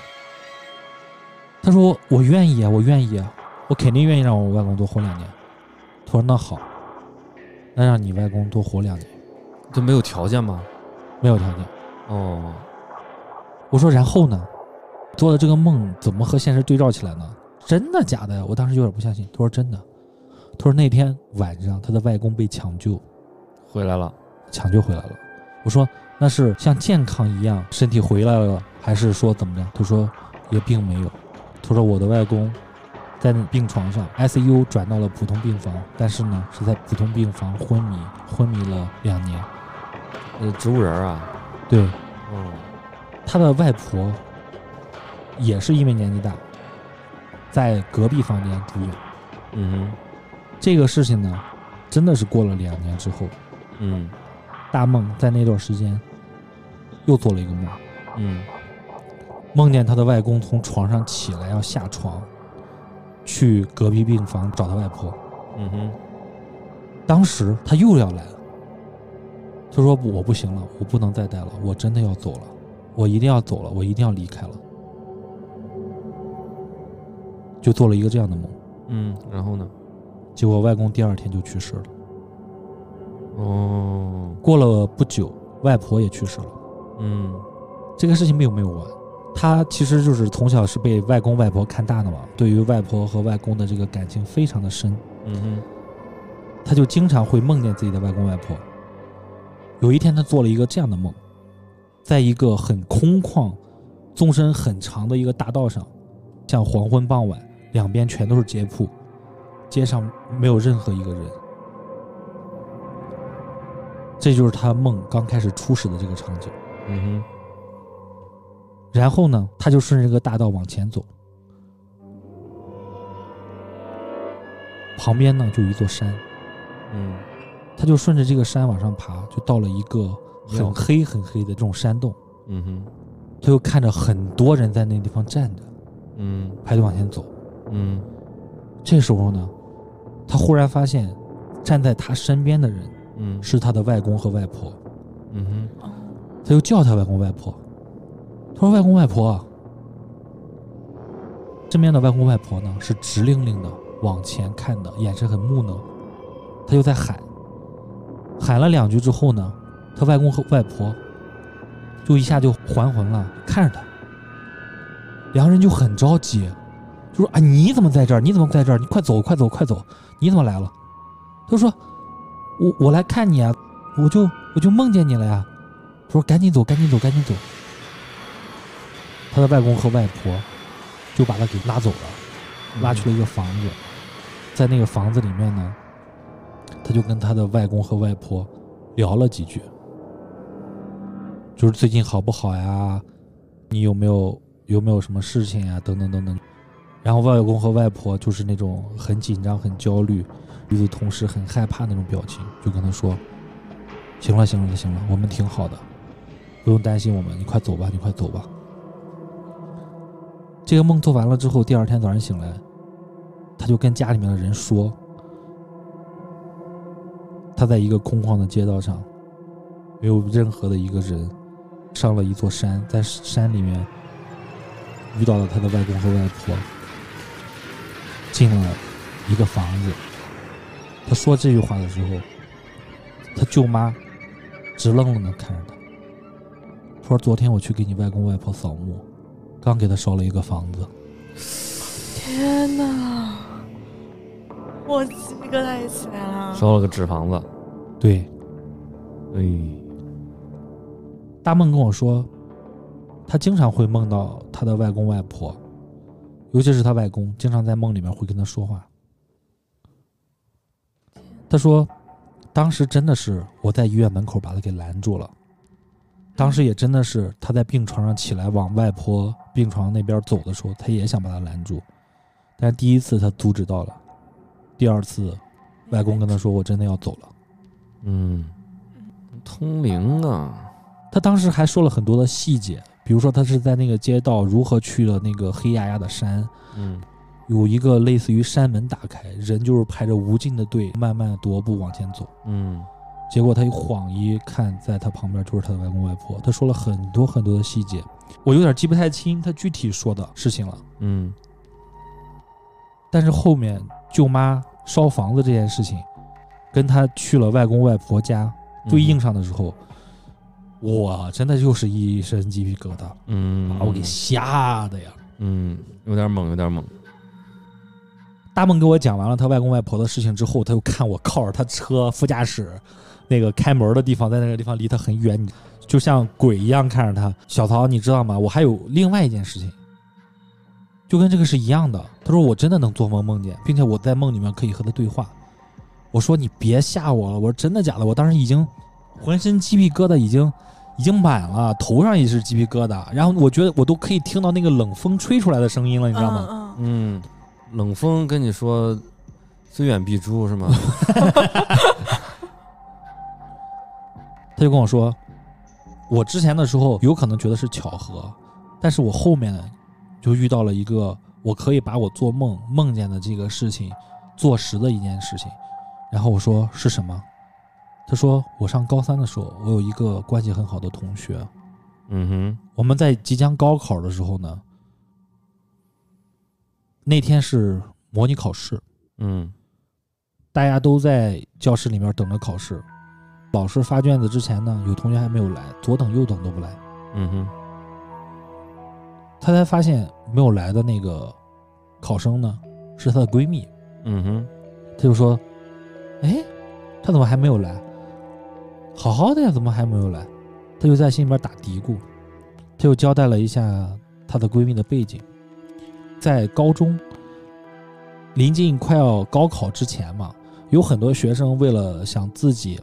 Speaker 3: 他说：“我愿意啊，我愿意啊，我肯定愿意让我外公多活两年。”他说：“那好，那让你外公多活两年，
Speaker 2: 这没有条件吗？
Speaker 3: 没有条件。”
Speaker 2: 哦，
Speaker 3: 我说然后呢？做的这个梦怎么和现实对照起来呢？真的假的呀？我当时有点不相信。他说真的。他说那天晚上他的外公被抢救，
Speaker 2: 回来了，
Speaker 3: 抢救回来了。我说那是像健康一样身体回来了，还是说怎么着？他说也并没有。他说我的外公在病床上 ICU 转到了普通病房，但是呢是在普通病房昏迷，昏迷了两年。
Speaker 2: 呃，植物人儿啊，
Speaker 3: 对，
Speaker 2: 哦，
Speaker 3: 他的外婆也是因为年纪大，在隔壁房间住院。
Speaker 2: 嗯
Speaker 3: 这个事情呢，真的是过了两年之后，
Speaker 2: 哼，嗯
Speaker 3: 大梦在那段时间又做了一个梦，
Speaker 2: 嗯，
Speaker 3: 梦见他的外公从床上起来要下床，去隔壁病房找他外婆。
Speaker 2: 嗯哼，
Speaker 3: 当时他又要来了，他说不：“我不行了，我不能再待了，我真的要走了，我一定要走了，我一定要离开了。”就做了一个这样的梦。
Speaker 2: 嗯，然后呢？
Speaker 3: 结果外公第二天就去世了。
Speaker 2: 哦，
Speaker 3: 过了不久，外婆也去世了。
Speaker 2: 嗯
Speaker 3: 这个事情并没有完，他其实就是从小是被外公外婆看大的嘛，对于外婆和外公的这个感情非常的深，
Speaker 2: 嗯哼，
Speaker 3: 他就经常会梦见自己的外公外婆。有一天，他做了一个这样的梦，在一个很空旷、纵深很长的一个大道上，像黄昏傍晚，两边全都是街铺，街上没有任何一个人。这就是他梦刚开始初始的这个场景。
Speaker 2: 嗯哼，
Speaker 3: 然后呢，他就顺着这个大道往前走，旁边呢就有一座山，
Speaker 2: 嗯
Speaker 3: 他就顺着这个山往上爬，就到了一个
Speaker 2: 庙
Speaker 3: 很黑很黑的这种山洞，
Speaker 2: 嗯哼，
Speaker 3: 他就看着很多人在那地方站着
Speaker 2: 嗯
Speaker 3: 排队往前走。
Speaker 2: 嗯
Speaker 3: 这时候呢，他忽然发现，站在他身边的人
Speaker 2: 嗯
Speaker 3: 是他的外公和外婆，
Speaker 2: 嗯哼，
Speaker 4: 哦
Speaker 3: 他就叫他外公外婆，他说：“外公外婆啊。”身边的外公外婆呢是直愣愣的往前看的，眼神很木讷，他就在喊：“喊了两句之后呢，他外公和外婆就一下就还魂了，看着他，两人就很着急，就说：“啊，你怎么在这儿？你怎么在这儿？你快走，快走，快走！你怎么来了？”他说：“我我来看你啊，我就我就梦见你了呀。”他说：“赶紧走，赶紧走，赶紧走。”他的外公和外婆就把他给拉走了，拉去了一个房子，在那个房子里面呢，他就跟他的外公和外婆聊了几句，就是最近好不好呀？你有没有有没有什么事情呀？等等等等。然后外公和外婆就是那种很紧张、很焦虑，与此同时很害怕那种表情，就跟他说：“行了，行了，行了，我们挺好的，不用担心我们，你快走吧，你快走吧。”这个梦做完了之后，第二天早上醒来，他就跟家里面的人说，他在一个空旷的街道上，没有任何的一个人，上了一座山，在山里面遇到了他的外公和外婆，进了一个房子。他说这句话的时候，他舅妈直愣愣的看着他，说：“昨天我去给你外公外婆扫墓。”刚给他烧了一个房子，
Speaker 4: 天哪，我鸡皮疙瘩也起来了。
Speaker 2: 烧了个纸房子，
Speaker 3: 对，
Speaker 2: 哎，
Speaker 3: 大梦跟我说，他经常会梦到他的外公外婆，尤其是他外公，经常在梦里面会跟他说话。他说，当时真的是我在医院门口把他给拦住了，当时也真的是他在病床上起来往外婆病床那边走的时候，他也想把他拦住，但是第一次他阻止到了，第二次外公跟他说我真的要走了。
Speaker 2: 嗯，通灵啊，
Speaker 3: 他当时还说了很多的细节，比如说他是在那个街道如何去了那个黑压压的山，
Speaker 2: 嗯，
Speaker 3: 有一个类似于山门打开，人就是排着无尽的队，慢慢踱步往前走。
Speaker 2: 嗯，
Speaker 3: 结果他一晃一看，在他旁边就是他的外公外婆。他说了很多很多的细节，我有点记不太清他具体说的事情了。
Speaker 2: 嗯，
Speaker 3: 但是后面舅妈烧房子这件事情，跟他去了外公外婆家对应上的时候，我真的就是一身鸡皮疙瘩。
Speaker 2: 嗯，
Speaker 3: 把我给吓的呀！
Speaker 2: 嗯，有点猛，有点猛，
Speaker 3: 大梦给我讲完了他外公外婆的事情之后，他又看我靠着他车副驾驶那个开门的地方，在那个地方离他很远，你就像鬼一样看着他。小曹，你知道吗？我还有另外一件事情，就跟这个是一样的。他说我真的能做梦梦见，并且我在梦里面可以和他对话。我说你别吓我了，我说真的假的？我当时已经浑身鸡皮疙瘩已经已经满了，头上也是鸡皮疙瘩，然后我觉得我都可以听到那个冷风吹出来的声音了，你
Speaker 4: 嗯
Speaker 3: 知道吗？
Speaker 4: 嗯
Speaker 2: 嗯，冷风跟你说，虽远必诛是吗？
Speaker 3: 他就跟我说，我之前的时候有可能觉得是巧合，但是我后面就遇到了一个我可以把我做梦梦见的这个事情做实的一件事情。然后我说是什么？他说我上高三的时候，我有一个关系很好的同学，
Speaker 2: 嗯
Speaker 3: 我们在即将高考的时候呢，那天是模拟考试，
Speaker 2: 哼，嗯
Speaker 3: 大家都在教室里面等着考试。老师发卷子之前呢，有同学还没有来，左等右等都不来。
Speaker 2: 嗯哼，
Speaker 3: 她才发现没有来的那个考生呢是她的闺蜜，
Speaker 2: 嗯哼，
Speaker 3: 她就说：“哎，她怎么还没有来？好好的呀，怎么还没有来？”她就在心里边打嘀咕，她又交代了一下她的闺蜜的背景，在高中临近快要高考之前嘛，有很多学生为了想自己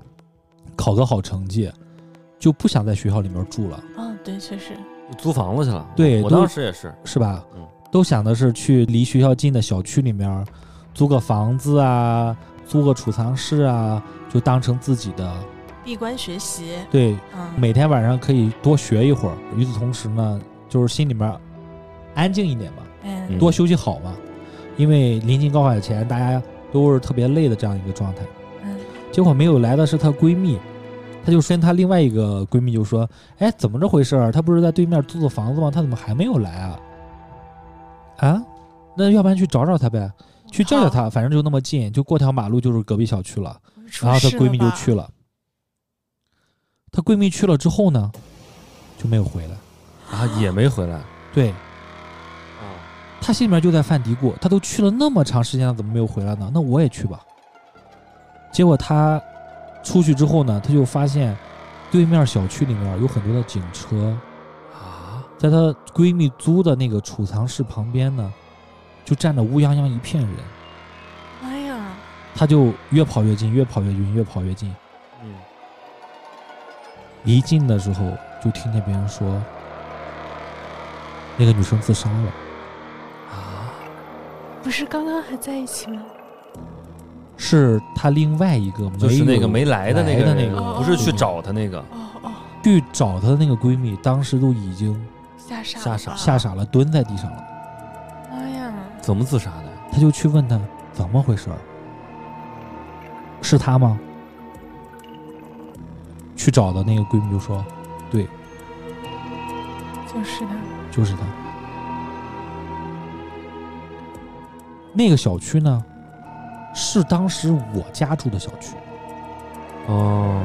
Speaker 3: 考个好成绩，就不想在学校里面住了。
Speaker 4: 嗯嗯，对，确实，
Speaker 2: 租房子去了，
Speaker 3: 对
Speaker 2: 我
Speaker 3: 都
Speaker 2: 当时也是，
Speaker 3: 是吧？
Speaker 2: 嗯
Speaker 3: 都想的是去离学校近的小区里面租个房子啊，租个储藏室啊，就当成自己的。
Speaker 4: 闭关学习，
Speaker 3: 对，
Speaker 4: 嗯，
Speaker 3: 每天晚上可以多学一会儿。与此同时呢，就是心里面安静一点吧，
Speaker 4: 哎
Speaker 2: 嗯
Speaker 3: 多休息好嘛。因为临近高考前，大家都是特别累的这样一个状态。
Speaker 4: 嗯
Speaker 3: 结果没有来的是她闺蜜，她就跟她另外一个闺蜜就说：“哎，怎么这回事儿？她不是在对面租的房子吗？她怎么还没有来啊？啊，那要不然去找找她呗，去叫叫她，反正就那么近，就过条马路就是隔壁小区了。”
Speaker 4: 出
Speaker 3: 然后她
Speaker 4: 事
Speaker 3: 闺蜜
Speaker 4: 了
Speaker 3: 就
Speaker 4: 吧
Speaker 3: 去了，她闺蜜去了之后呢，就没有回来。
Speaker 2: 啊，也没回来
Speaker 3: 对
Speaker 2: 啊，
Speaker 3: 她心里面就在犯嘀咕，她都去了那么长时间了，怎么没有回来呢？那我也去吧。结果她出去之后呢，她就发现对面小区里面有很多的警车，
Speaker 2: 啊，
Speaker 3: 在她闺蜜租的那个储藏室旁边呢，就站着乌泱泱一片人。
Speaker 4: 哎呀，
Speaker 3: 她就越跑越近，越跑越近，越跑越近。
Speaker 2: 嗯，
Speaker 3: 一进的时候就听见别人说，那个女生自杀了。
Speaker 4: 不是刚刚还在一起吗？
Speaker 3: 是她另外一个没有
Speaker 2: 就是那个没来的那个
Speaker 3: 来的
Speaker 2: 人
Speaker 3: 那个
Speaker 2: 不是去找他那个
Speaker 4: 哦哦，
Speaker 3: 去找她的那个闺蜜，当时都已经
Speaker 4: 吓傻了
Speaker 2: 吓傻
Speaker 4: 吧
Speaker 3: 吓。傻了，蹲在地上了。
Speaker 4: 哎呀，
Speaker 2: 怎么自杀的？
Speaker 3: 她就去问她怎么回事儿，是她吗？去找的那个闺蜜就说
Speaker 4: 就是的，
Speaker 3: 就是她。那个小区呢，是当时我家住的小区。
Speaker 2: 哦，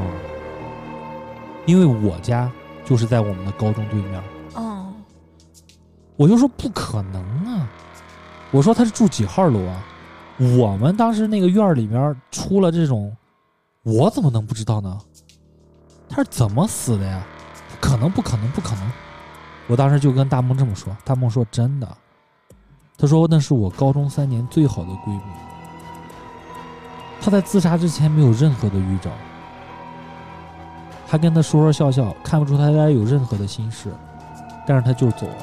Speaker 3: 因为我家就是在我们的高中对面儿，
Speaker 4: 嗯，
Speaker 3: 我就说不可能啊！我说他是住几号楼啊？我们当时那个院儿里面儿出了这种，我怎么能不知道呢？他是怎么死的呀？不可能，不可能，不可能！我当时就跟大梦这么说，大梦说真的，他说那是我高中三年最好的闺蜜，她在自杀之前没有任何的预兆，她跟他说说笑笑，看不出他家有任何的心事，但是他就走了。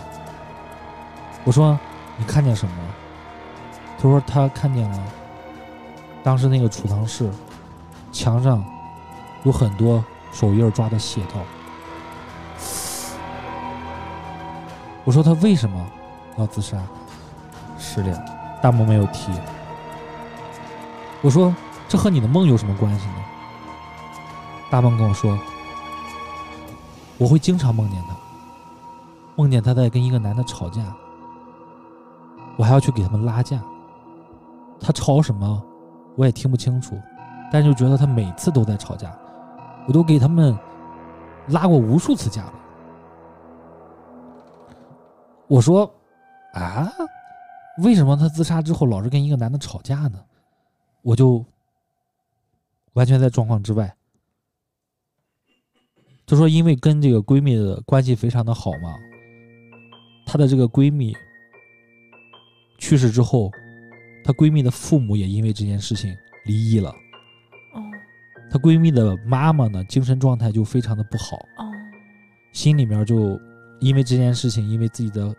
Speaker 3: 我说你看见什么了？他说他看见了，当时那个储藏室墙上有很多手印儿抓的血道。我说他为什么要自杀？
Speaker 2: 失恋，
Speaker 3: 大梦没有提。我说这和你的梦有什么关系呢？大梦跟我说，我会经常梦见他，梦见他在跟一个男的吵架，我还要去给他们拉架。他吵什么我也听不清楚，但就觉得他每次都在吵架，我都给他们拉过无数次架了。我说啊，为什么她自杀之后老是跟一个男的吵架呢？我就完全在状况之外。她说，因为跟这个闺蜜的关系非常的好嘛，她的这个闺蜜去世之后，她闺蜜的父母也因为这件事情离异了。
Speaker 4: 哦
Speaker 3: 她闺蜜的妈妈呢，精神状态就非常的不好，
Speaker 4: 哦，
Speaker 3: 心里面就因为这件事情，因为自己的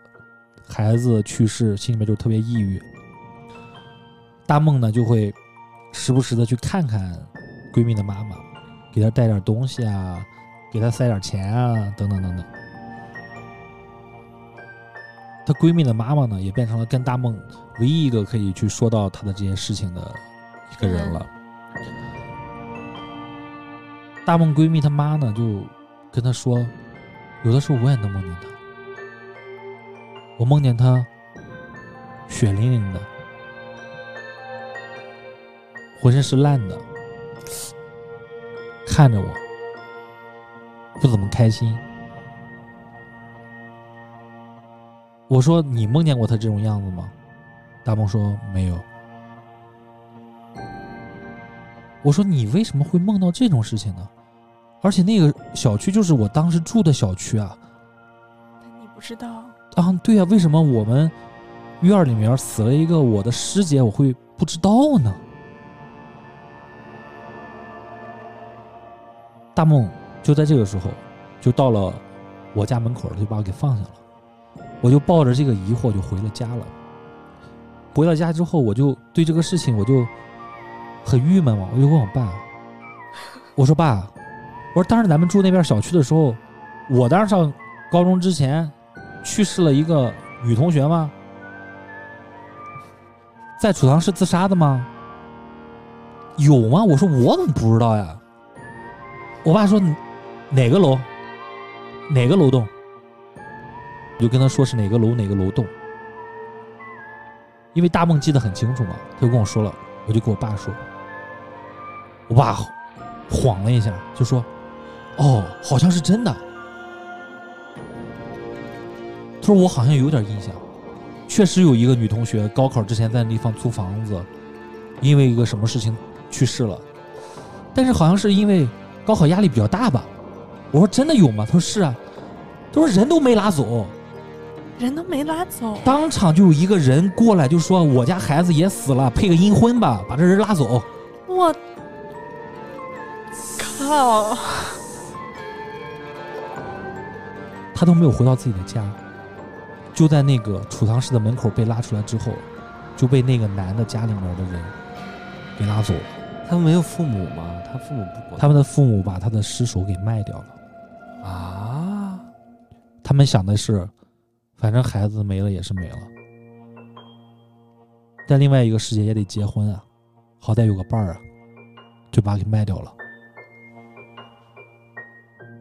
Speaker 3: 孩子去世，心里面就特别抑郁。大梦呢就会时不时的去看看闺蜜的妈妈，给她带点东西啊，给她塞点钱啊，等等等等。她闺蜜的妈妈呢，也变成了跟大梦唯一一个可以去说到她的这些事情的一个人了。大梦闺蜜她妈呢，就跟她说，有的时候我也能梦见她，我梦见她血淋淋的，浑身是烂的，看着我不怎么开心。我说：“你梦见过她这种样子吗？”大梦说：“没有。”我说：“你为什么会梦到这种事情呢？而且那个小区就是我当时住的小区啊。
Speaker 4: 但你不知道，
Speaker 3: 啊，对啊，为什么我们院儿里面死了一个我的师姐，我会不知道呢？大梦就在这个时候，就到了我家门口了，就把我给放下了。我就抱着这个疑惑就回了家了。回到家之后，我就对这个事情我就很郁闷嘛，我就问我爸，我说爸，我说当时咱们住那边小区的时候，我当时上高中之前，去世了一个女同学吗？在储藏室自杀的吗？有吗？我说我怎么不知道呀？我爸说你哪个楼，哪个楼栋，我就跟他说是哪个楼哪个楼栋，因为大梦记得很清楚嘛，他就跟我说了，我就跟我爸说，我爸恍了一下，就说哦，好像是真的。他说我好像有点印象，确实有一个女同学高考之前在那地方租房子，因为一个什么事情去世了，但是好像是因为高考压力比较大吧。我说真的有吗？他说是啊，他说人都没拉走，
Speaker 4: 人都没拉走，
Speaker 3: 当场就有一个人过来就说我家孩子也死了，配个阴婚吧，把这人拉走。
Speaker 4: 我靠！
Speaker 3: 他都没有回到自己的家，就在那个储藏室的门口被拉出来之后，就被那个男的家里面的人给拉走了。
Speaker 2: 他没有父母吗？他父母不管
Speaker 3: 他们的父母把他的尸首给卖掉了。
Speaker 2: 他啊，
Speaker 3: 他们想的是，反正孩子没了也是没了，在另外一个世界也得结婚啊，好歹有个伴儿啊，就把他给卖掉了。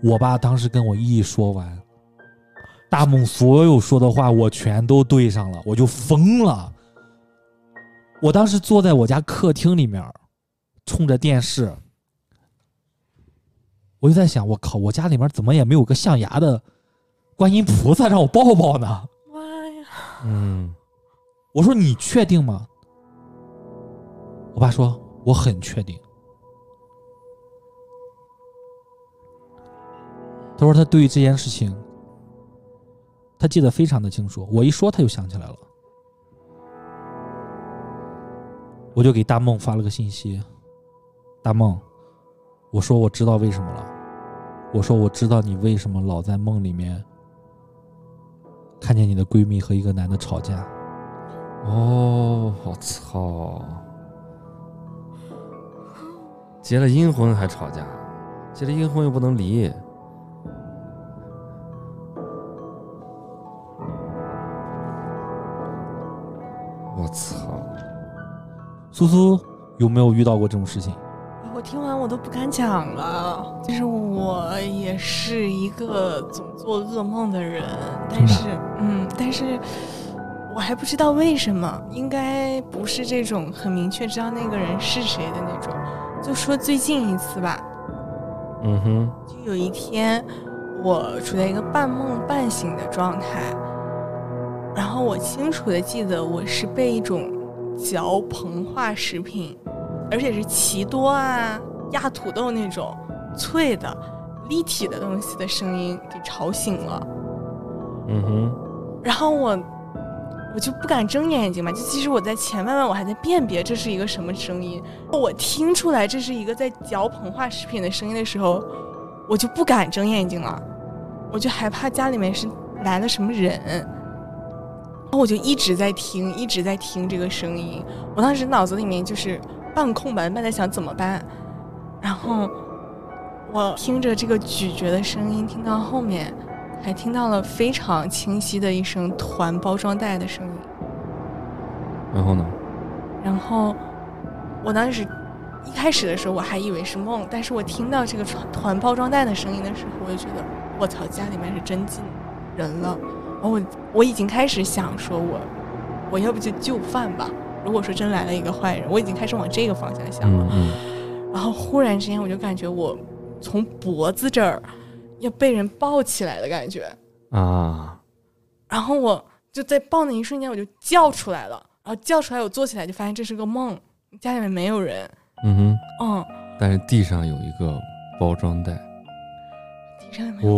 Speaker 3: 我爸当时跟我一说完，大梦所有说的话我全都对上了，我就疯了。我当时坐在我家客厅里面，冲着电视，我就在想，我靠，我家里面怎么也没有个象牙的观音菩萨让我抱抱呢？
Speaker 4: 妈呀！
Speaker 2: 嗯，
Speaker 3: 我说你确定吗？我爸说我很确定。他说他对于这件事情，他记得非常的清楚。我一说他就想起来了，我就给大梦发了个信息，大梦，我说我知道为什么了，我说我知道你为什么老在梦里面看见你的闺蜜和一个男的吵架。
Speaker 2: 哦，我操，结了阴婚还吵架，结了阴婚又不能离，我操，
Speaker 3: 苏苏有没有遇到过这种事情？
Speaker 4: 我听完我都不敢讲了。就是我也是一个总做噩梦的人，但
Speaker 3: 真
Speaker 4: 是嗯，但是我还不知道为什么，应该不是这种很明确知道那个人是谁的那种。就说最近一次吧，
Speaker 2: 嗯哼，
Speaker 4: 就有一天，我处在一个半梦半醒的状态，然后我清楚的记得我是被一种嚼膨化食品，而且是奇多啊、压土豆那种脆的、立体的东西的声音给吵醒了。
Speaker 2: 嗯哼，
Speaker 4: 然后我我就不敢睁眼睛嘛，就其实我在前半段我还在辨别这是一个什么声音，我听出来这是一个在嚼膨化食品的声音的时候，我就不敢睁眼睛了，我就害怕家里面是来了什么人。然后我就一直在听，一直在听这个声音。我当时脑子里面就是半空白，半在想怎么办。然后我听着这个咀嚼的声音，听到后面，还听到了非常清晰的一声团包装袋的声音。
Speaker 2: 然后呢？
Speaker 4: 然后我当时一开始的时候我还以为是梦，但是我听到这个团团包装袋的声音的时候，我就觉得我操，家里面是真进人了。然后我我已经开始想说我我要不就就范吧。如果说真来了一个坏人，我已经开始往这个方向想了。
Speaker 2: 嗯嗯，
Speaker 4: 然后忽然之间，我就感觉我从脖子这儿要被人抱起来的感觉。
Speaker 2: 啊，
Speaker 4: 然后我就在抱那一瞬间，我就叫出来了。然后叫出来，我坐起来就发现这是个梦，家里面没有人。
Speaker 2: 嗯哼，
Speaker 4: 嗯，
Speaker 2: 但是地上有一个包装袋，
Speaker 4: 地上没有。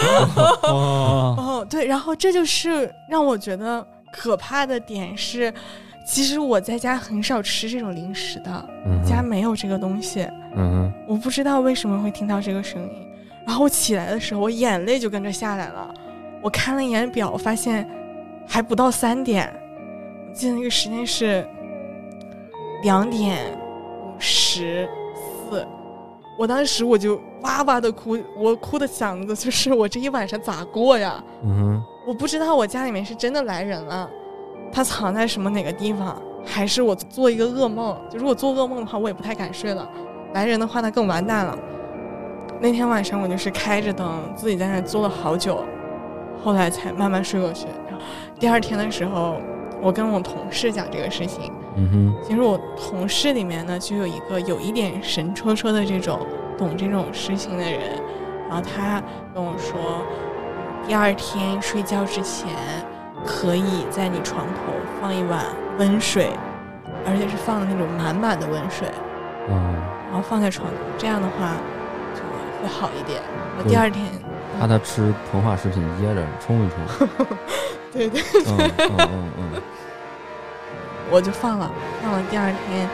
Speaker 3: 哦，
Speaker 4: 哦，对，然后这就是让我觉得可怕的点是，其实我在家很少吃这种零食的，
Speaker 2: 嗯
Speaker 4: 家
Speaker 2: 哼，
Speaker 4: 没有这个东西。
Speaker 2: 嗯哼，
Speaker 4: 我不知道为什么会听到这个声音。然后我起来的时候，我眼泪就跟着下来了。我看了一眼表，发现还不到三点。我记得那个时间是两点五十四。我当时我就哇哇的哭，我哭的想的就是我这一晚上咋过呀？
Speaker 2: 嗯哼，
Speaker 4: 我不知道我家里面是真的来人了，他藏在什么哪个地方，还是我做一个噩梦？就如果做噩梦的话，我也不太敢睡了。来人的话，那更完蛋了。那天晚上我就是开着灯，自己在那儿坐了好久，后来才慢慢睡过去。然后第二天的时候，我跟我同事讲这个事情，
Speaker 2: 嗯哼，
Speaker 4: 其实我同事里面呢，就有一个有一点神戳戳的这种懂这种事情的人，然后他跟我说，第二天睡觉之前可以在你床头放一碗温水，而且是放的那种满满的温水，
Speaker 2: 嗯，
Speaker 4: 然后放在床头，这样的话就会好一点。我
Speaker 2: 对
Speaker 4: 第二天，
Speaker 2: 怕他吃膨化食品噎着，冲一冲。
Speaker 4: 对对，
Speaker 2: 嗯嗯嗯嗯，
Speaker 4: 我就放了，放了第二天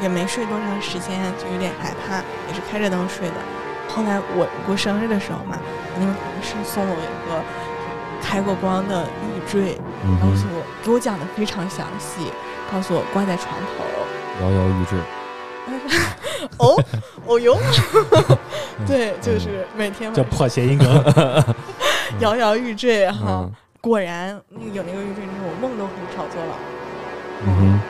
Speaker 4: 也没睡多长时间，就有点害怕，也是开着灯睡的。后来我过生日的时候嘛，我那个同事送了我一个开过光的玉坠，
Speaker 2: 嗯
Speaker 4: 告诉
Speaker 2: 哼，
Speaker 4: 我给我讲的非常详细，告诉我挂在床头。
Speaker 2: 摇摇欲坠。
Speaker 4: 哦，哦哟，对，就是每天
Speaker 3: 这
Speaker 4: 晚上
Speaker 3: 嗯破谐音梗，
Speaker 4: 摇摇欲坠哈。
Speaker 2: 嗯
Speaker 4: 果然，那个有那个玉坠之后，我梦都很少做了。
Speaker 2: 嗯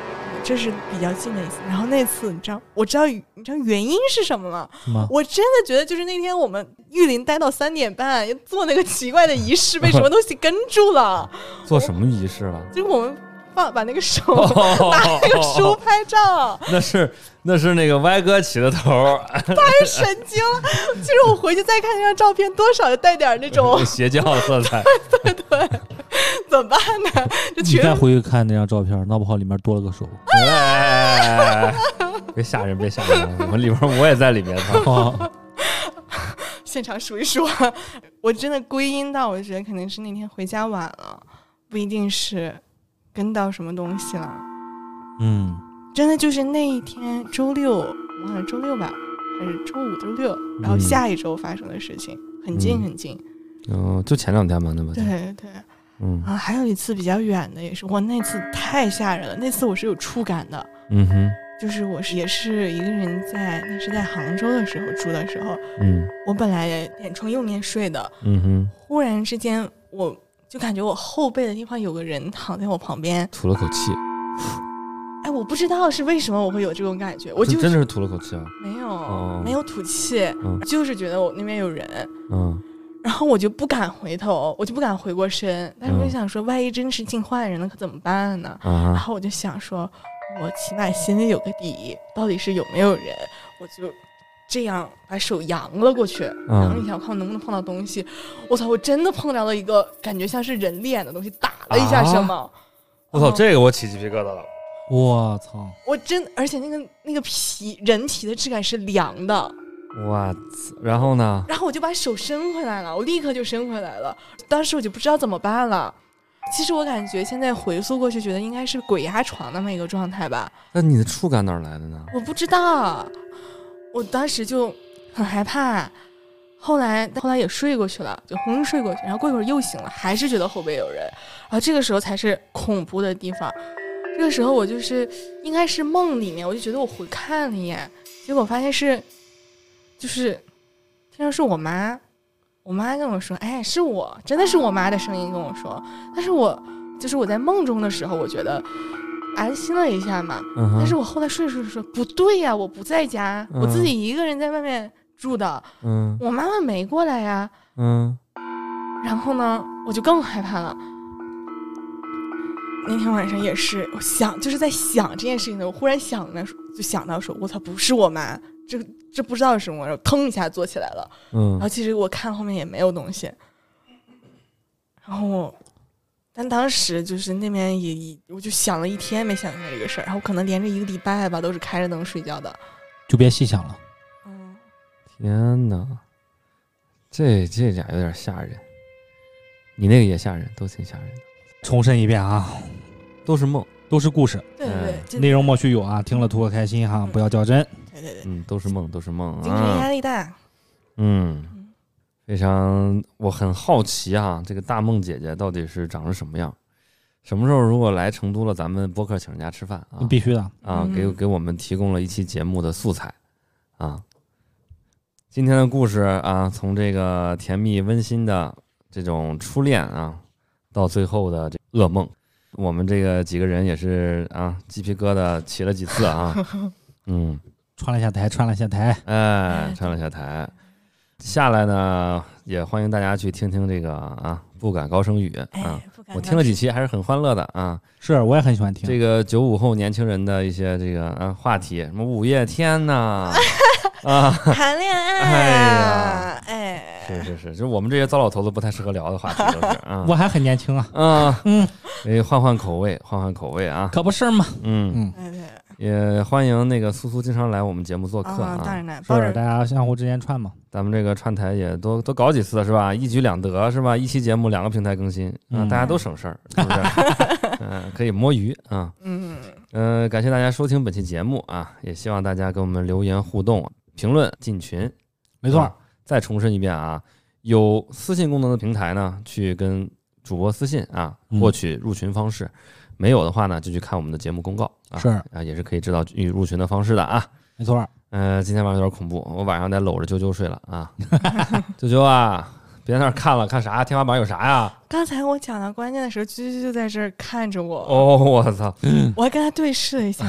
Speaker 4: 这是比较近的一次。然后那次你知道，我知道你知道原因是什么了。
Speaker 3: 是吗？
Speaker 4: 我真的觉得就是那天我们玉林待到三点半，又做那个奇怪的仪式， 被什么东西跟住了。
Speaker 2: 哼，做什么仪式了？
Speaker 4: 就是我们放把那个 手
Speaker 2: 哦
Speaker 4: 拿那个书拍照，
Speaker 2: 那是那是那个歪哥起的头儿，
Speaker 4: 太神经了。其实我回去再看那张照片，多少就带点那种
Speaker 2: 邪教的色 彩。
Speaker 4: 怎么办呢？就
Speaker 3: 你
Speaker 4: 觉
Speaker 3: 再
Speaker 4: 得
Speaker 3: 回去看那张照片，闹不好里面多了 个手。
Speaker 2: 哎，别吓人，别吓人！我里边我也在里面呢。
Speaker 4: 啊
Speaker 3: 哦，
Speaker 4: 现场数一数， 我真的归因到，我就觉得肯定是那天回家晚了，不一定是跟到什么东西了。
Speaker 3: 嗯
Speaker 4: 真的就是那一天周六，我好像周六吧，还是周五、周六，然后
Speaker 2: 嗯
Speaker 4: 下一周发生的事情，很近
Speaker 2: 嗯
Speaker 4: 很近。
Speaker 2: 嗯，就前两天嘛，那不就
Speaker 4: 对对对
Speaker 2: 嗯
Speaker 4: 啊，还有一次比较远的，也是我那次太吓人了，那次我是有触感的，
Speaker 2: 嗯哼
Speaker 4: 就是我是也是一个人在，那是在杭州的时候住的时候，
Speaker 2: 嗯
Speaker 4: 我本来眼床右面睡的，
Speaker 2: 嗯哼，
Speaker 4: 忽然之间我就感觉我后背的地方有个人躺在我旁边，
Speaker 2: 吐了口气，
Speaker 4: 哎，我不知道是为什么我会有这种感觉，我
Speaker 2: 这
Speaker 4: 就
Speaker 2: 真的是吐了口气啊！
Speaker 4: 没有、
Speaker 2: 哦
Speaker 4: 没有吐气，
Speaker 2: 嗯
Speaker 4: 就是觉得我那边有人，
Speaker 2: 嗯
Speaker 4: 然后我就不敢回头，我就不敢回过身，
Speaker 2: 嗯
Speaker 4: 但是我就想说，万一真是进坏人了，可怎么办呢？然
Speaker 2: 啊
Speaker 4: 后我就想说，我起码心里有个底，到底是有没有人，我就。这样把手扬了过去，
Speaker 2: 嗯
Speaker 4: 扬一下，我看我能不能碰到东西。我操！我真的碰到了一个感觉像是人脸的东西，打了一下
Speaker 2: 啊
Speaker 4: 什么。
Speaker 2: 我操，这个我起鸡皮疙瘩了。
Speaker 3: 我操！
Speaker 4: 我真，而且那个那个皮人皮的质感是凉的，
Speaker 2: 哇塞，然后呢？
Speaker 4: 然后我就把手伸回来了，我立刻就伸回来了。当时我就不知道怎么办了。其实我感觉现在回溯过去，觉得应该是鬼压床那么一个状态吧。
Speaker 2: 那你的触感哪儿来的呢？
Speaker 4: 我不知道，我当时就很害怕。后来后来也睡过去了，就昏睡过去。然后过一会儿又醒了，还是觉得后背有人。然后这个时候才是恐怖的地方。这个时候我就是应该是梦里面，我就觉得我回看了一眼，结果发现是，就是听着是我妈，我妈跟我说，哎，是我，真的是我妈的声音跟我说。但是我就是我在梦中的时候，我觉得安心了一下嘛。
Speaker 2: 嗯
Speaker 4: 但是
Speaker 2: 哼，
Speaker 4: 我后来睡着睡着说不对呀、我不在家，我自己一个人在外面住的，
Speaker 2: 嗯
Speaker 4: 我妈妈没过来呀、
Speaker 2: 嗯
Speaker 4: 然后呢，我就更害怕了。那天晚上也是，我想就是在想这件事情的时候，我忽然想呢，就想到说，我操，不是我妈，这这不知道是什么，然后腾一下坐起来了。然
Speaker 2: 嗯
Speaker 4: 后其实我看后面也没有东西，然后我，但当时就是那边也也，我就想了一天没想明白这个事儿，然后可能连着一个礼拜吧都是开着灯睡觉的，
Speaker 3: 就别细想了。
Speaker 4: 嗯，
Speaker 2: 天哪，这这俩有点吓人。你那个也吓人，都挺吓人的，
Speaker 3: 重申一遍啊，
Speaker 2: 都是梦，
Speaker 3: 都是故事，
Speaker 4: 对对
Speaker 2: 嗯
Speaker 4: 对，这
Speaker 3: 内容莫须有啊，听了图个开心哈，不要较真。
Speaker 4: 对对对，
Speaker 2: 嗯，都是梦，都是梦
Speaker 4: 精神
Speaker 2: 啊
Speaker 4: 压。力大，
Speaker 2: 嗯，非常，我很好奇啊，这个大梦姐姐到底是长成什么样？什么时候如果来成都了，咱们播客请人家吃饭啊
Speaker 3: 必须的，
Speaker 2: 啊，
Speaker 4: 嗯
Speaker 2: 给给我们提供了一期节目的素材啊。今天的故事啊，从这个甜蜜温馨的这种初恋啊，到最后的这噩梦，我们这个几个人也是啊，鸡皮疙瘩起了几次 啊，嗯。
Speaker 3: 穿了下台，穿了下台。
Speaker 2: 哎，上了下台。下来呢，也欢迎大家去听听这个啊，不敢高声语啊
Speaker 4: 哎。，不敢
Speaker 2: 我听了几期还是很欢乐的啊，
Speaker 3: 是，我也很喜欢听。，
Speaker 2: 呃 这个九五后年轻人的一些这个啊话题，什么五月天呐、啊，
Speaker 4: 谈恋爱啊，哎，
Speaker 2: 是是是，就是我们这些糟老头子不太适合聊的话题，都 是啊
Speaker 3: 我还很年轻啊，
Speaker 2: 啊，
Speaker 3: 嗯，
Speaker 2: 哎，换换口味，换换口味啊，
Speaker 3: 可不是嘛。
Speaker 2: 嗯，
Speaker 4: 哎对
Speaker 2: 也欢迎那个苏苏经常来我们节目做客
Speaker 4: 啊，当
Speaker 2: 啊，
Speaker 4: 然了，抱
Speaker 3: 是
Speaker 4: 着
Speaker 3: 大家相互之间串嘛，
Speaker 2: 咱们这个串台也多多搞几次是吧？一举两得是吧？一期节目两个平台更新，啊，
Speaker 3: 嗯
Speaker 2: 大家都省事儿，是不 是？嗯， 可以摸鱼啊。
Speaker 4: 嗯，
Speaker 2: 呃，感谢大家收听本期节目啊，也希望大家跟我们留言互动、评论、进群。
Speaker 3: 没错
Speaker 2: 啊。再重申一遍啊，有私信功能的平台呢，去跟主播私信啊，
Speaker 3: 嗯
Speaker 2: 获取入群方式；没有的话呢，就去看我们的节目公告啊，
Speaker 3: 是
Speaker 2: 啊，也是可以知道与入群的方式的啊。
Speaker 3: 没错。
Speaker 2: 呃，今天晚上有点恐怖，我晚上得搂着啾啾睡了啊。 啾啾啊，别在那儿看了，看啥？天花板有啥呀？
Speaker 4: 刚才我讲到关键的时候，啾啾就在这儿看着我，
Speaker 2: 哦，我操！
Speaker 4: 我还跟他对视了一下，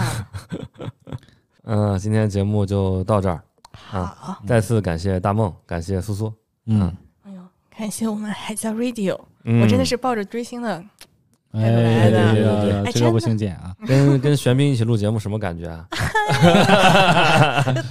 Speaker 2: 嗯、今天节目就到这儿，
Speaker 4: 好，
Speaker 2: 再次感谢大梦，感谢苏苏。
Speaker 3: 嗯，
Speaker 4: 哎呦，感谢我们海峡 Radio，
Speaker 2: 嗯
Speaker 4: 我真的是抱着追星的，
Speaker 3: 哎，
Speaker 4: 哎
Speaker 3: 这
Speaker 2: 对
Speaker 4: 对
Speaker 2: 对对
Speaker 3: 个这
Speaker 4: 哎真
Speaker 3: 个
Speaker 4: 的
Speaker 3: 不行姐啊，
Speaker 2: 跟跟玄彬一起录节目什么感觉啊？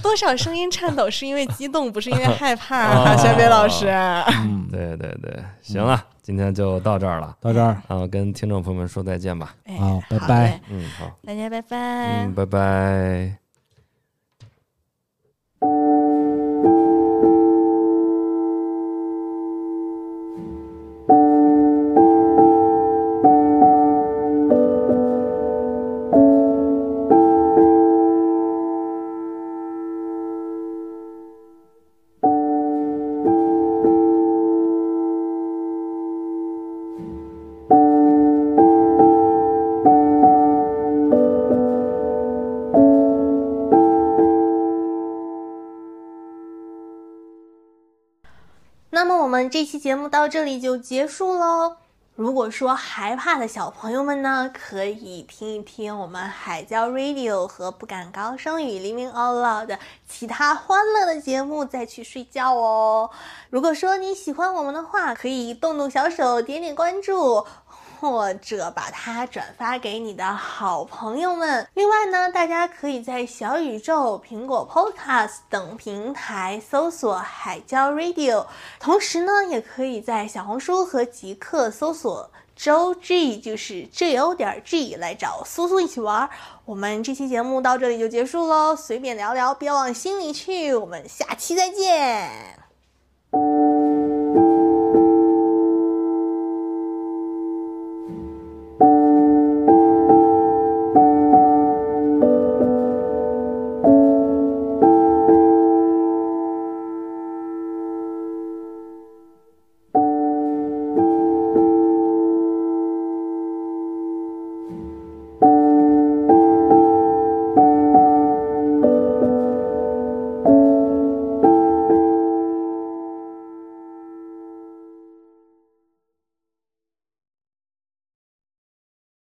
Speaker 4: 多少声音颤抖是因为激动，不是因为害怕
Speaker 2: 哦
Speaker 4: 啊，玄北老师，啊
Speaker 3: 嗯，
Speaker 2: 对对对，行了，今天就到这儿了，
Speaker 3: 到这儿
Speaker 2: 然后跟听众朋友们说再见吧。
Speaker 4: 哎
Speaker 3: 好拜
Speaker 4: 好
Speaker 3: 拜
Speaker 4: 嘞
Speaker 2: 嗯，好，
Speaker 4: 大家拜拜
Speaker 2: 嗯，。拜拜。
Speaker 1: 那么我们这期节目到这里就结束喽。如果说害怕的小朋友们呢，可以听一听我们海教 Radio 和不敢高声语 Living Out Loud 的其他欢乐的节目，再去睡觉哦。如果说你喜欢我们的话，可以动动小手，点点关注。或者把它转发给你的好朋友们。另外呢，大家可以在小宇宙、苹果 Podcast 等平台搜索“海椒 Radio”，同时呢，也可以在小红书和极客搜索。周 G 就是 G O 点 G 来找苏苏一起玩儿。我们这期节目到这里就结束喽，随便聊聊，别往心里去。我们下期再见。